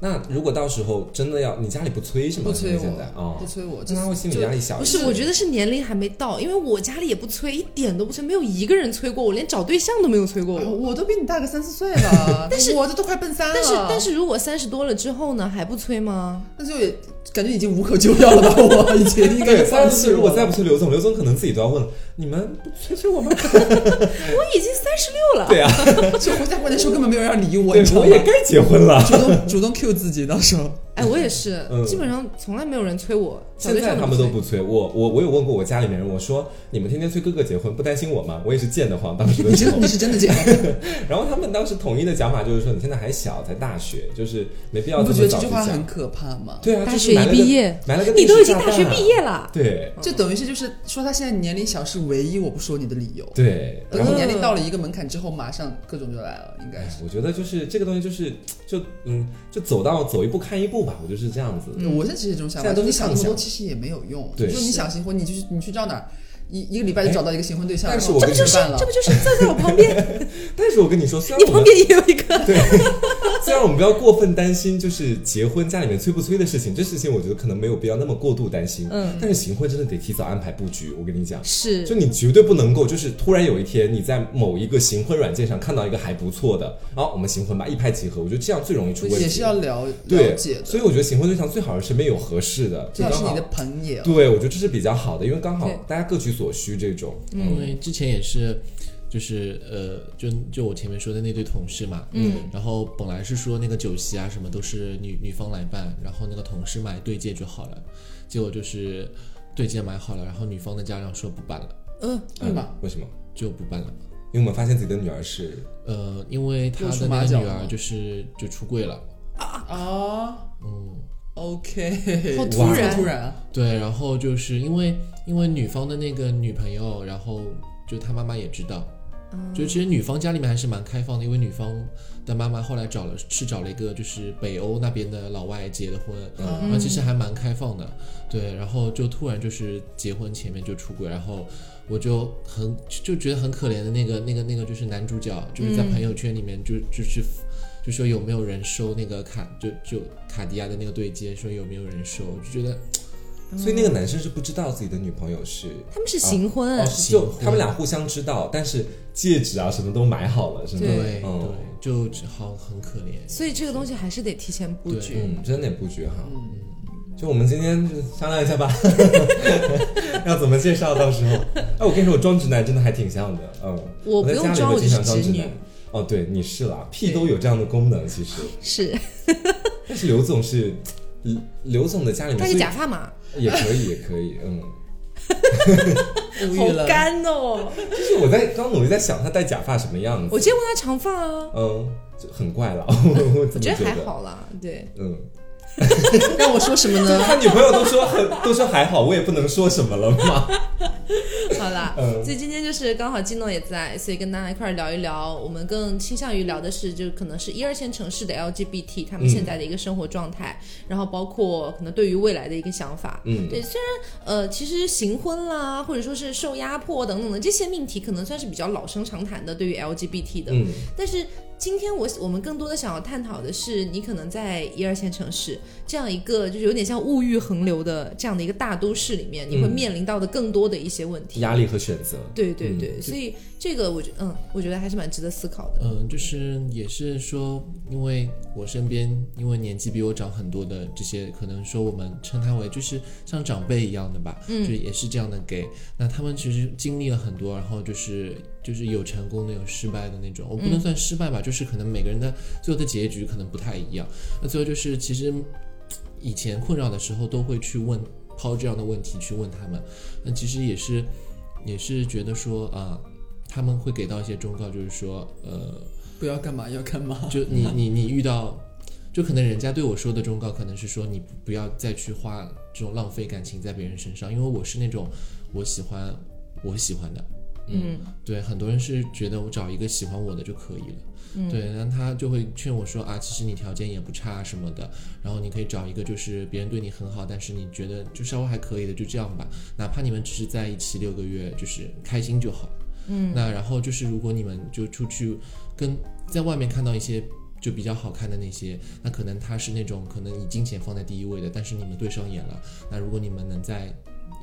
Speaker 2: 那如果到时候真的要，你家里不催是吗？
Speaker 4: 不催
Speaker 2: 现在
Speaker 4: 我
Speaker 2: 啊，，
Speaker 4: 不催我，就
Speaker 2: 那他会心理压力小
Speaker 1: 不
Speaker 2: 一
Speaker 1: 是，
Speaker 2: 些。
Speaker 1: 我觉得是年龄还没到，因为我家里也不催，一点都不催，没有一个人催过我，连找对象都没有催过
Speaker 4: 哦
Speaker 1: 我。
Speaker 4: 我都比你大个三四岁了，但是我这都快奔三了，
Speaker 1: 但是但是如果三十多了之后呢，还不催吗？
Speaker 4: 那就也感觉已经无可救药了 吧？我已经应该
Speaker 2: 对，
Speaker 4: 放
Speaker 2: 三
Speaker 4: 弃
Speaker 2: 十，
Speaker 4: 了。
Speaker 2: 如果再不催刘总，刘总可能自己都要问了，你们不催催我吗？
Speaker 1: 我已经三十六了，
Speaker 2: 对啊，
Speaker 4: 就回家过年的时候根本没有人理我，
Speaker 2: 对
Speaker 4: 你知道
Speaker 2: 我
Speaker 4: 吗
Speaker 2: 也？该结婚 了。
Speaker 4: 主动主动 Q 自己，到时候
Speaker 1: 哎，我也是，
Speaker 2: 嗯
Speaker 1: 基本上从来没有人催我，找
Speaker 2: 现
Speaker 1: 对
Speaker 2: 在
Speaker 1: 象
Speaker 2: 他们
Speaker 1: 不
Speaker 2: 都
Speaker 1: 催。
Speaker 2: 不催我，我我有问过我家里面人，我说你们天天催哥哥结婚，不担心我吗？我也是贱得慌，当时的
Speaker 4: 你
Speaker 2: 时候
Speaker 4: 真。你是真的 这样，
Speaker 2: 然后他们当时统一的讲法就是说，你现在还小，才大学，就是没必要
Speaker 4: 你不
Speaker 2: 这
Speaker 4: 觉得
Speaker 2: 么
Speaker 4: 这
Speaker 2: 早
Speaker 4: 句
Speaker 2: 就
Speaker 4: 话很
Speaker 2: 讲。
Speaker 4: 可怕吗？
Speaker 2: 对啊，
Speaker 1: 大
Speaker 2: 就是
Speaker 1: 学
Speaker 2: 埋
Speaker 1: 一
Speaker 2: 了个
Speaker 1: 毕业，
Speaker 2: 埋了个
Speaker 1: 你
Speaker 2: 定
Speaker 1: 都已
Speaker 2: 时
Speaker 1: 经
Speaker 2: 炸
Speaker 1: 大学
Speaker 2: 弹啊
Speaker 1: 毕业了，
Speaker 2: 对
Speaker 4: 就等于是就是说他现在年龄小是唯一我不说你的理由。
Speaker 2: 对，
Speaker 4: 等
Speaker 2: 然
Speaker 4: 你
Speaker 2: 后。
Speaker 4: 年龄到了一个门槛之后，马上各种就来了，应该
Speaker 2: 哎
Speaker 4: 是。
Speaker 2: 我觉得就是这个东西，就是就嗯，就走到走一步看一步吧，我就是这样子。
Speaker 4: 我现在其实这种想
Speaker 2: 嗯
Speaker 4: 法，
Speaker 2: 现在都
Speaker 4: 就是是想那
Speaker 2: 畅
Speaker 4: 么
Speaker 2: 想
Speaker 4: 多其实也没有用。
Speaker 2: 对哎
Speaker 4: 就是你想新婚，你就是你去到哪儿，一一个礼拜就找到一个新婚对象，
Speaker 2: 但是
Speaker 4: 然后
Speaker 2: 我
Speaker 4: 这
Speaker 2: 跟
Speaker 4: 不
Speaker 2: 你
Speaker 4: 就
Speaker 2: 说
Speaker 4: 办了
Speaker 1: 这？不就是坐在我旁边？
Speaker 2: 但是我跟你说，虽然
Speaker 1: 你
Speaker 2: 我
Speaker 1: 旁
Speaker 2: 们
Speaker 1: 边也有一个。
Speaker 2: 对， 虽然我们不要过分担心，就是结婚家里面催不催的事情，这事情我觉得可能没有必要那么过度担心。
Speaker 1: 嗯，
Speaker 2: 但是行婚真的得提早安排布局，我跟你讲。
Speaker 1: 是
Speaker 2: 就你绝对不能够，就是突然有一天你在某一个行婚软件上看到一个还不错的，然后我们行婚吧，一拍即合。我觉得这样最容易出问题。
Speaker 4: 也是要了
Speaker 2: 对
Speaker 4: 了解的，
Speaker 2: 所以我觉得行婚对象最好是身边有合适的，就
Speaker 4: 最好
Speaker 2: 刚
Speaker 4: 是
Speaker 2: 好嗯
Speaker 4: 你的朋友。
Speaker 2: 对，我觉得这是比较好的，因为刚好
Speaker 1: 对嗯
Speaker 2: 大家各取所需这种。
Speaker 3: 因为之前也是，就是呃，就就我前面说的那对同事嘛，嗯，然后本来是说那个酒席啊什么都是女女方来办，然后那个同事买对戒就好了，结果就是对戒买好了，然后女方的家长说不办了，
Speaker 1: 嗯，
Speaker 4: 对
Speaker 2: 嗯
Speaker 4: 吧？
Speaker 2: 为什么？
Speaker 3: 就不办了。
Speaker 2: 因为我们发现自己的女儿是
Speaker 3: 呃，因为他
Speaker 4: 又出
Speaker 3: 的
Speaker 4: 马
Speaker 3: 那个
Speaker 4: 脚
Speaker 3: 女
Speaker 4: 了
Speaker 3: 儿就是就出柜了，
Speaker 4: 啊
Speaker 3: 嗯，
Speaker 4: ，OK，
Speaker 1: 好
Speaker 2: 突
Speaker 1: 然
Speaker 4: 好 突然啊，
Speaker 3: 对，然后就是因为因为女方的那个女朋友，然后就她妈妈也知道，
Speaker 1: 啊
Speaker 3: 就其实女方家里面还是蛮开放的，因为女方的妈妈后来找了是找了一个就是北欧那边的老外结的婚，然后其实还蛮开放的，对，然后就突然就是结婚前面就出轨，然后我就很就觉得很可怜的那个那个那个就是男主角，就是在朋友圈里面就就去。就说有没有人收那个卡，就就卡地亚的那个对接，说有没有人收，就觉得
Speaker 2: 所以那个男生是不知道自己的女朋友是，
Speaker 1: 他们是行婚，
Speaker 2: 哦，
Speaker 3: 行
Speaker 2: 就
Speaker 3: 婚
Speaker 2: 他们俩互相知道，但是戒指啊什么都买好了，是吗？
Speaker 1: 对
Speaker 3: 对
Speaker 2: 嗯
Speaker 3: 对，就好很可怜。
Speaker 1: 所以这个东西还是得提前布局。
Speaker 2: 嗯，真的也不觉哈。
Speaker 1: 嗯
Speaker 2: 就我们今天就是商量一下吧， 要怎么介绍？到时候，哎、我跟你说，我装直男真的还挺像的，嗯，
Speaker 1: 我
Speaker 2: 在
Speaker 1: 不用
Speaker 2: 家里
Speaker 1: 装
Speaker 2: 会
Speaker 1: 我就
Speaker 2: 经
Speaker 1: 是
Speaker 2: 常装
Speaker 1: 直
Speaker 2: 直
Speaker 1: 女
Speaker 2: 男。哦，对，你是啦，屁都有这样的功能，其实。
Speaker 1: 是
Speaker 2: 但是刘总是，嗯刘总的家里面
Speaker 1: 戴
Speaker 2: 是
Speaker 1: 个假发嘛，
Speaker 2: 也可以，也可以，嗯。
Speaker 4: 无
Speaker 1: 好
Speaker 4: 语了。
Speaker 1: 干哦！
Speaker 2: 就是我在刚努力在想他戴假发什么样子，
Speaker 1: 我见过他长发啊，
Speaker 2: 嗯，就很怪了， 我
Speaker 1: 我
Speaker 2: 怎么
Speaker 1: 觉
Speaker 2: 觉
Speaker 1: 得还，好啦。对，
Speaker 2: 嗯。
Speaker 4: 让我说什 么呢？
Speaker 2: 他女朋友都说很都说还好，我也不能说什么了嘛。
Speaker 1: 好啦，
Speaker 2: 嗯
Speaker 1: 所以今天就是刚好金诺也在，所以跟大家一块儿聊一聊。我们更倾向于聊的是，就可能是一二线城市的 LGBT 他们
Speaker 2: 嗯
Speaker 1: 现在的一个生活状态，然后包括可能对于未来的一个想法。
Speaker 2: 嗯
Speaker 1: 对，虽然呃，其实行婚啦，或者说是受压迫等等的这些命题，可能算是比较老生常谈的，对于 LGBT 的。
Speaker 2: 嗯，
Speaker 1: 但是今天我我们更多的想要探讨的是，你可能在一二线城市这样一个就是有点像物欲横流的这样的一个大都市里面，你会
Speaker 2: 嗯
Speaker 1: 面临到的更多的一些问题。
Speaker 2: 压力和选择。
Speaker 1: 对对
Speaker 2: 嗯
Speaker 1: 对，所以这个我觉嗯，我觉得还是蛮值得思考的。
Speaker 3: 嗯，就是也是说，因为我身边因为年纪比我长很多的这些，可能说我们称他为就是像长辈一样的吧，
Speaker 1: 嗯
Speaker 3: 就也是这样的给。那他们其实经历了很多，然后就是就是有成功的，有失败的那种。我不能算失败吧，就是可能每个人的最后的结局可能不太一样。那最后就是其实以前困扰的时候都会去问抛这样的问题去问他们，那其实也是也是觉得说啊。他们会给到一些忠告，就是说，呃，
Speaker 4: 不要干嘛要干嘛，
Speaker 3: 就你你你遇到，就可能人家对我说的忠告，可能是说你不要再去花这种浪费感情在别人身上，因为我是那种我喜欢我喜欢的，
Speaker 1: 嗯
Speaker 3: 对，很多人是觉得我找一个喜欢我的就可以了，
Speaker 1: 嗯
Speaker 3: 对，那他就会劝我说啊，其实你条件也不差什么的，然后你可以找一个就是别人对你很好，但是你觉得就稍微还可以的，就这样吧，哪怕你们只是在一起六个月，就是开心就好。嗯，那然后就是如果你们就出去跟在外面看到一些。就比较好看的那些，那可能他是那种可能以金钱放在第一位的，但是你们对上眼了，那如果你们能在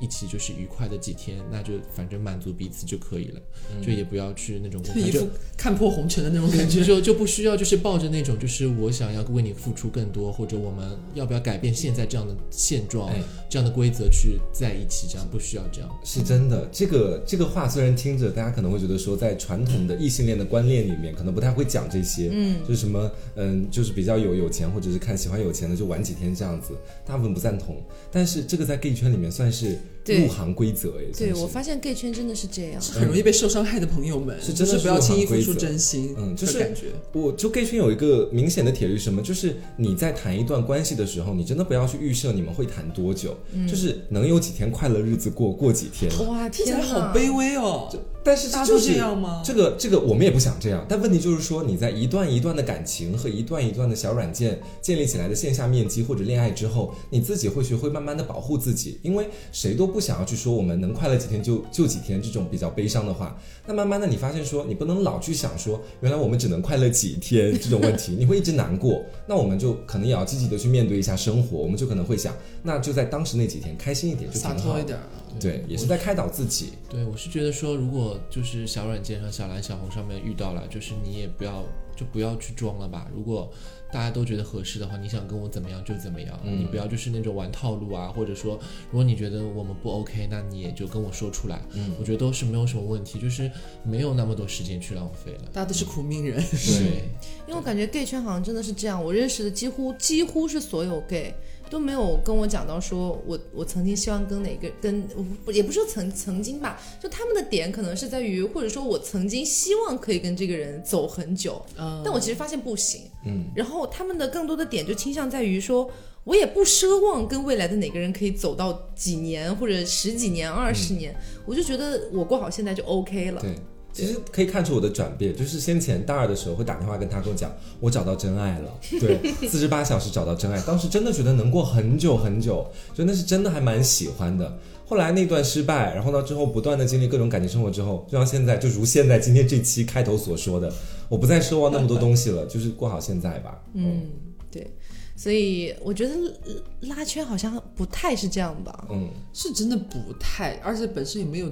Speaker 3: 一起就是愉快的几天，那就反正满足彼此就可以了，
Speaker 1: 嗯
Speaker 3: 就也不要去那种公开
Speaker 4: 一
Speaker 3: 嗯就
Speaker 4: 副看破红尘的那种
Speaker 2: 嗯
Speaker 4: 感觉。
Speaker 3: 就就不需要就是抱着那种就是我想要为你付出更多，或者我们要不要改变现在这样的现状、
Speaker 2: 哎
Speaker 3: 这样的规则去在一起，这样不需要这样。
Speaker 2: 是真的，这个这个话虽然听着大家可能会觉得说，在传统的异性恋的观念里面，可能不太会讲这些，嗯，就是什么，嗯，就是比较有有钱或者是看喜欢有钱的就玩几天这样子，大部分不赞同。但是这个在 gay 圈里面算是
Speaker 1: 对
Speaker 2: 入行规则哎，
Speaker 1: 对
Speaker 2: 真是
Speaker 1: 我发现 gay 圈真的是这样。
Speaker 4: 是很容易被受伤害的朋友们，
Speaker 2: 是
Speaker 4: 就
Speaker 2: 真的
Speaker 4: 是
Speaker 2: 是
Speaker 4: 不要轻易
Speaker 2: 有很
Speaker 4: 付出
Speaker 2: 规则
Speaker 4: 真心，
Speaker 2: 嗯就是
Speaker 4: 感觉
Speaker 2: 我就 gay 圈有一个明显的铁律，什么就是你在谈一段关系的时候，你真的不要去预设你们会谈多久，
Speaker 1: 嗯
Speaker 2: 就是能有几天快乐日子过过几 天。
Speaker 1: 哇，
Speaker 4: 听起
Speaker 1: 天
Speaker 4: 来
Speaker 1: 哪，
Speaker 4: 好卑微哦。
Speaker 2: 但是这
Speaker 4: 大家
Speaker 2: 就
Speaker 4: 都
Speaker 2: 是
Speaker 4: 这样吗？
Speaker 2: 这个这个我们也不想这样，但问题就是说，你在一段一段的感情和一段一段的小软件建立起来的线下面基或者恋爱之后，你自己会学会慢慢的保护自己，因为谁都不想要去说我们能快乐几天就就几天这种比较悲伤的话。那慢慢的你发现说，你不能老去想说原来我们只能快乐几天这种问题，你会一直难过。那我们就可能也要积极的去面对一下生活，我们就可能会想，那就在当时那几天开心一点就挺
Speaker 4: 洒
Speaker 2: 好
Speaker 4: 脱一
Speaker 2: 的。
Speaker 4: 点啊。
Speaker 2: 对，也是在开导自己。
Speaker 3: 对我是觉得说，如果就是小软件上、小蓝、小红上面遇到了，就是你也不要就不要去装了吧。如果大家都觉得合适的话，你想跟我怎么样就怎么样，
Speaker 2: 嗯
Speaker 3: 你不要就是那种玩套路啊，或者说如果你觉得我们不 OK，那你也就跟我说出来。嗯，我觉得都是没有什么问题，就是没有那么多时间去浪费了。
Speaker 4: 大家都是苦命人，
Speaker 3: 对。
Speaker 1: 因为我感觉 gay 圈好像真的是这样，我认识的几乎几乎是所有 gay 都没有跟我讲到说我我曾经希望跟哪个跟我不也不是说曾曾经吧，就他们的点可能是在于，或者说我曾经希望可以跟这个人走很久，
Speaker 4: 嗯
Speaker 1: 但我其实发现不行。
Speaker 2: 嗯，
Speaker 1: 然后他们的更多的点就倾向在于说。我也不奢望跟未来的哪个人可以走到几年或者十几年、二十年，我就觉得我过好现在就 OK 了。
Speaker 2: 对，其实可以看出我的转变，就是先前大二的时候会打电话跟他跟我讲，我找到真爱了，对，四十八小时找到真爱，当时真的觉得能过很久很久，就那是真的还蛮喜欢的。后来那段失败，然后到之后不断的经历各种感情生活之后，就像现在，就如现在今天这期开头所说的，我不再奢望那么多东西了，就是过好现在吧。嗯
Speaker 1: 嗯，对，所以我觉得呃拉圈好像不太是这样吧。
Speaker 2: 嗯，
Speaker 4: 是真的不太，而且本身也没有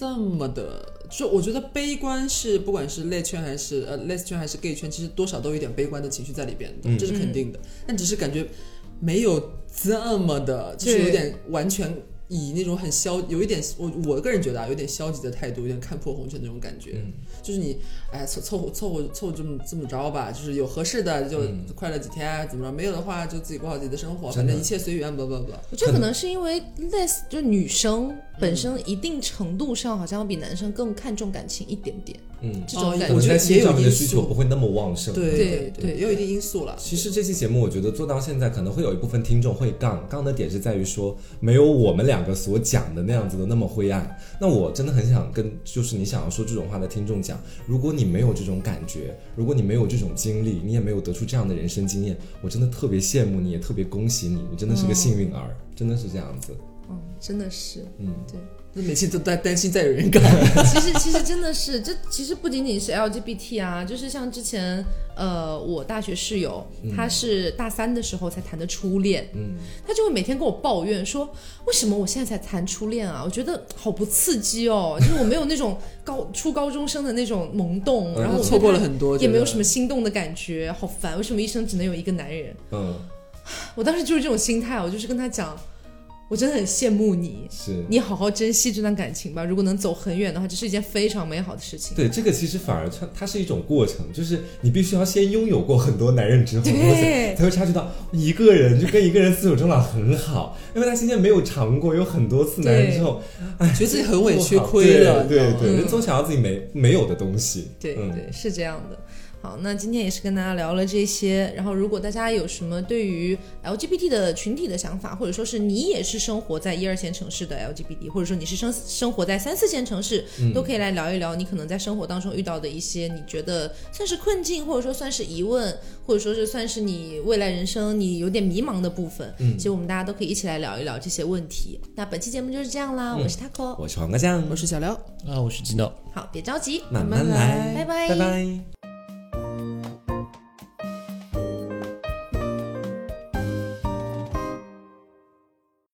Speaker 4: 这么的。就我觉得悲观是不管是类圈还是呃 les 圈还是 gay 圈，其实多少都有一点悲观的情绪在里边的，
Speaker 2: 嗯
Speaker 4: 这是肯定的。但只是感觉没有这么的，就是有点完全以那种很消，有一点我我个人觉得啊，有点消极的态度，有点看破红尘那种感觉。
Speaker 2: 嗯
Speaker 4: 就是你哎凑凑合凑合凑合这么这么着吧，就是有合适的就快乐几天啊，怎么着？没有的话就自己过好自己的生活，
Speaker 2: 嗯真
Speaker 4: 反
Speaker 2: 的
Speaker 4: 正一切随缘，不不不。
Speaker 1: 我觉得可能是因为 less 就是女生本身一定程度上好像要比男生更看重感情一点点，
Speaker 2: 嗯
Speaker 1: 这种
Speaker 4: 哦
Speaker 1: 感
Speaker 2: 可
Speaker 1: 觉
Speaker 4: 我
Speaker 2: 能
Speaker 4: 觉得
Speaker 2: 在
Speaker 4: 也
Speaker 2: 性
Speaker 4: 有
Speaker 2: 上面的
Speaker 4: 因
Speaker 2: 需求
Speaker 4: 素
Speaker 2: 不会那么旺盛。
Speaker 4: 对
Speaker 1: 对
Speaker 4: 对，也有一定因素了。
Speaker 2: 其实这期节目，我觉得做到现在，可能会有一部分听众会杠杠的点是在于说，没有我们两个所讲的那样子的那么灰暗。那我真的很想跟，就是你想要说这种话的听众讲，如果你没有这种感觉，如果你没有这种经历，你也没有得出这样的人生经验，我真的特别羡慕你，也特别恭喜你，你真的是个幸运儿，真的是这样子。
Speaker 1: 嗯，真的是，
Speaker 2: 嗯，
Speaker 1: 对。
Speaker 4: 那每次都担担心再有人搞，
Speaker 1: 其实其实真的是，这其实不仅仅是 LGBT 啊，就是像之前呃，我大学室友，
Speaker 4: 嗯
Speaker 1: 她是大三的时候才谈的初恋，嗯，她就会每天跟我抱怨说，为什么我现在才谈初恋啊？我觉得好不刺激哦，就是我没有那种高初高中生的那种萌动，然后我
Speaker 4: 嗯错过了很多，
Speaker 1: 也没有什
Speaker 4: 么。
Speaker 1: 么心动的感觉，好烦，为什么一生只能有一个男人？
Speaker 2: 嗯，
Speaker 1: 我当时就是这种心态，我就是跟他讲，我真的很羡慕你，
Speaker 2: 是。
Speaker 1: 你好好珍惜这段感情吧。如果能走很远的话，这是一件非常美好的事情。
Speaker 2: 对，这个其实反而它它是一种过程，就是你必须要先拥有过很多男人之后，
Speaker 1: 对
Speaker 2: 然后才才会察觉到一个人就跟一个人厮守终老很好，因为他今天没有尝过，有很多次男人之后，哎，
Speaker 4: 觉得自己很委屈亏了
Speaker 2: 对对
Speaker 4: 你知道
Speaker 2: 对，
Speaker 1: 吗
Speaker 2: 人总想要自己没没有的东西，
Speaker 1: 对
Speaker 2: 嗯
Speaker 1: 对，是这样的。好，那今天也是跟大家聊了这些。然后，如果大家有什么对于 LGBT 的群体的想法，或者说是你也是生活在一二线城市的 LGBT，或者说你是生生活在三四线城市，都可以来聊一聊你可能在生活当中遇到的一些你觉得算是困境，或者说算是疑问，或者说是算是你未来人生你有点迷茫的部分。嗯，其实我们大家都可以一起来聊一聊这些问题。那本期节目就是这样啦，我是 Taco，、
Speaker 2: 我是黄瓜酱，
Speaker 4: 我是小廖。
Speaker 3: 啊，我是金豆。
Speaker 1: 好，别着急，
Speaker 2: 慢慢来，
Speaker 1: 拜拜
Speaker 2: 拜拜。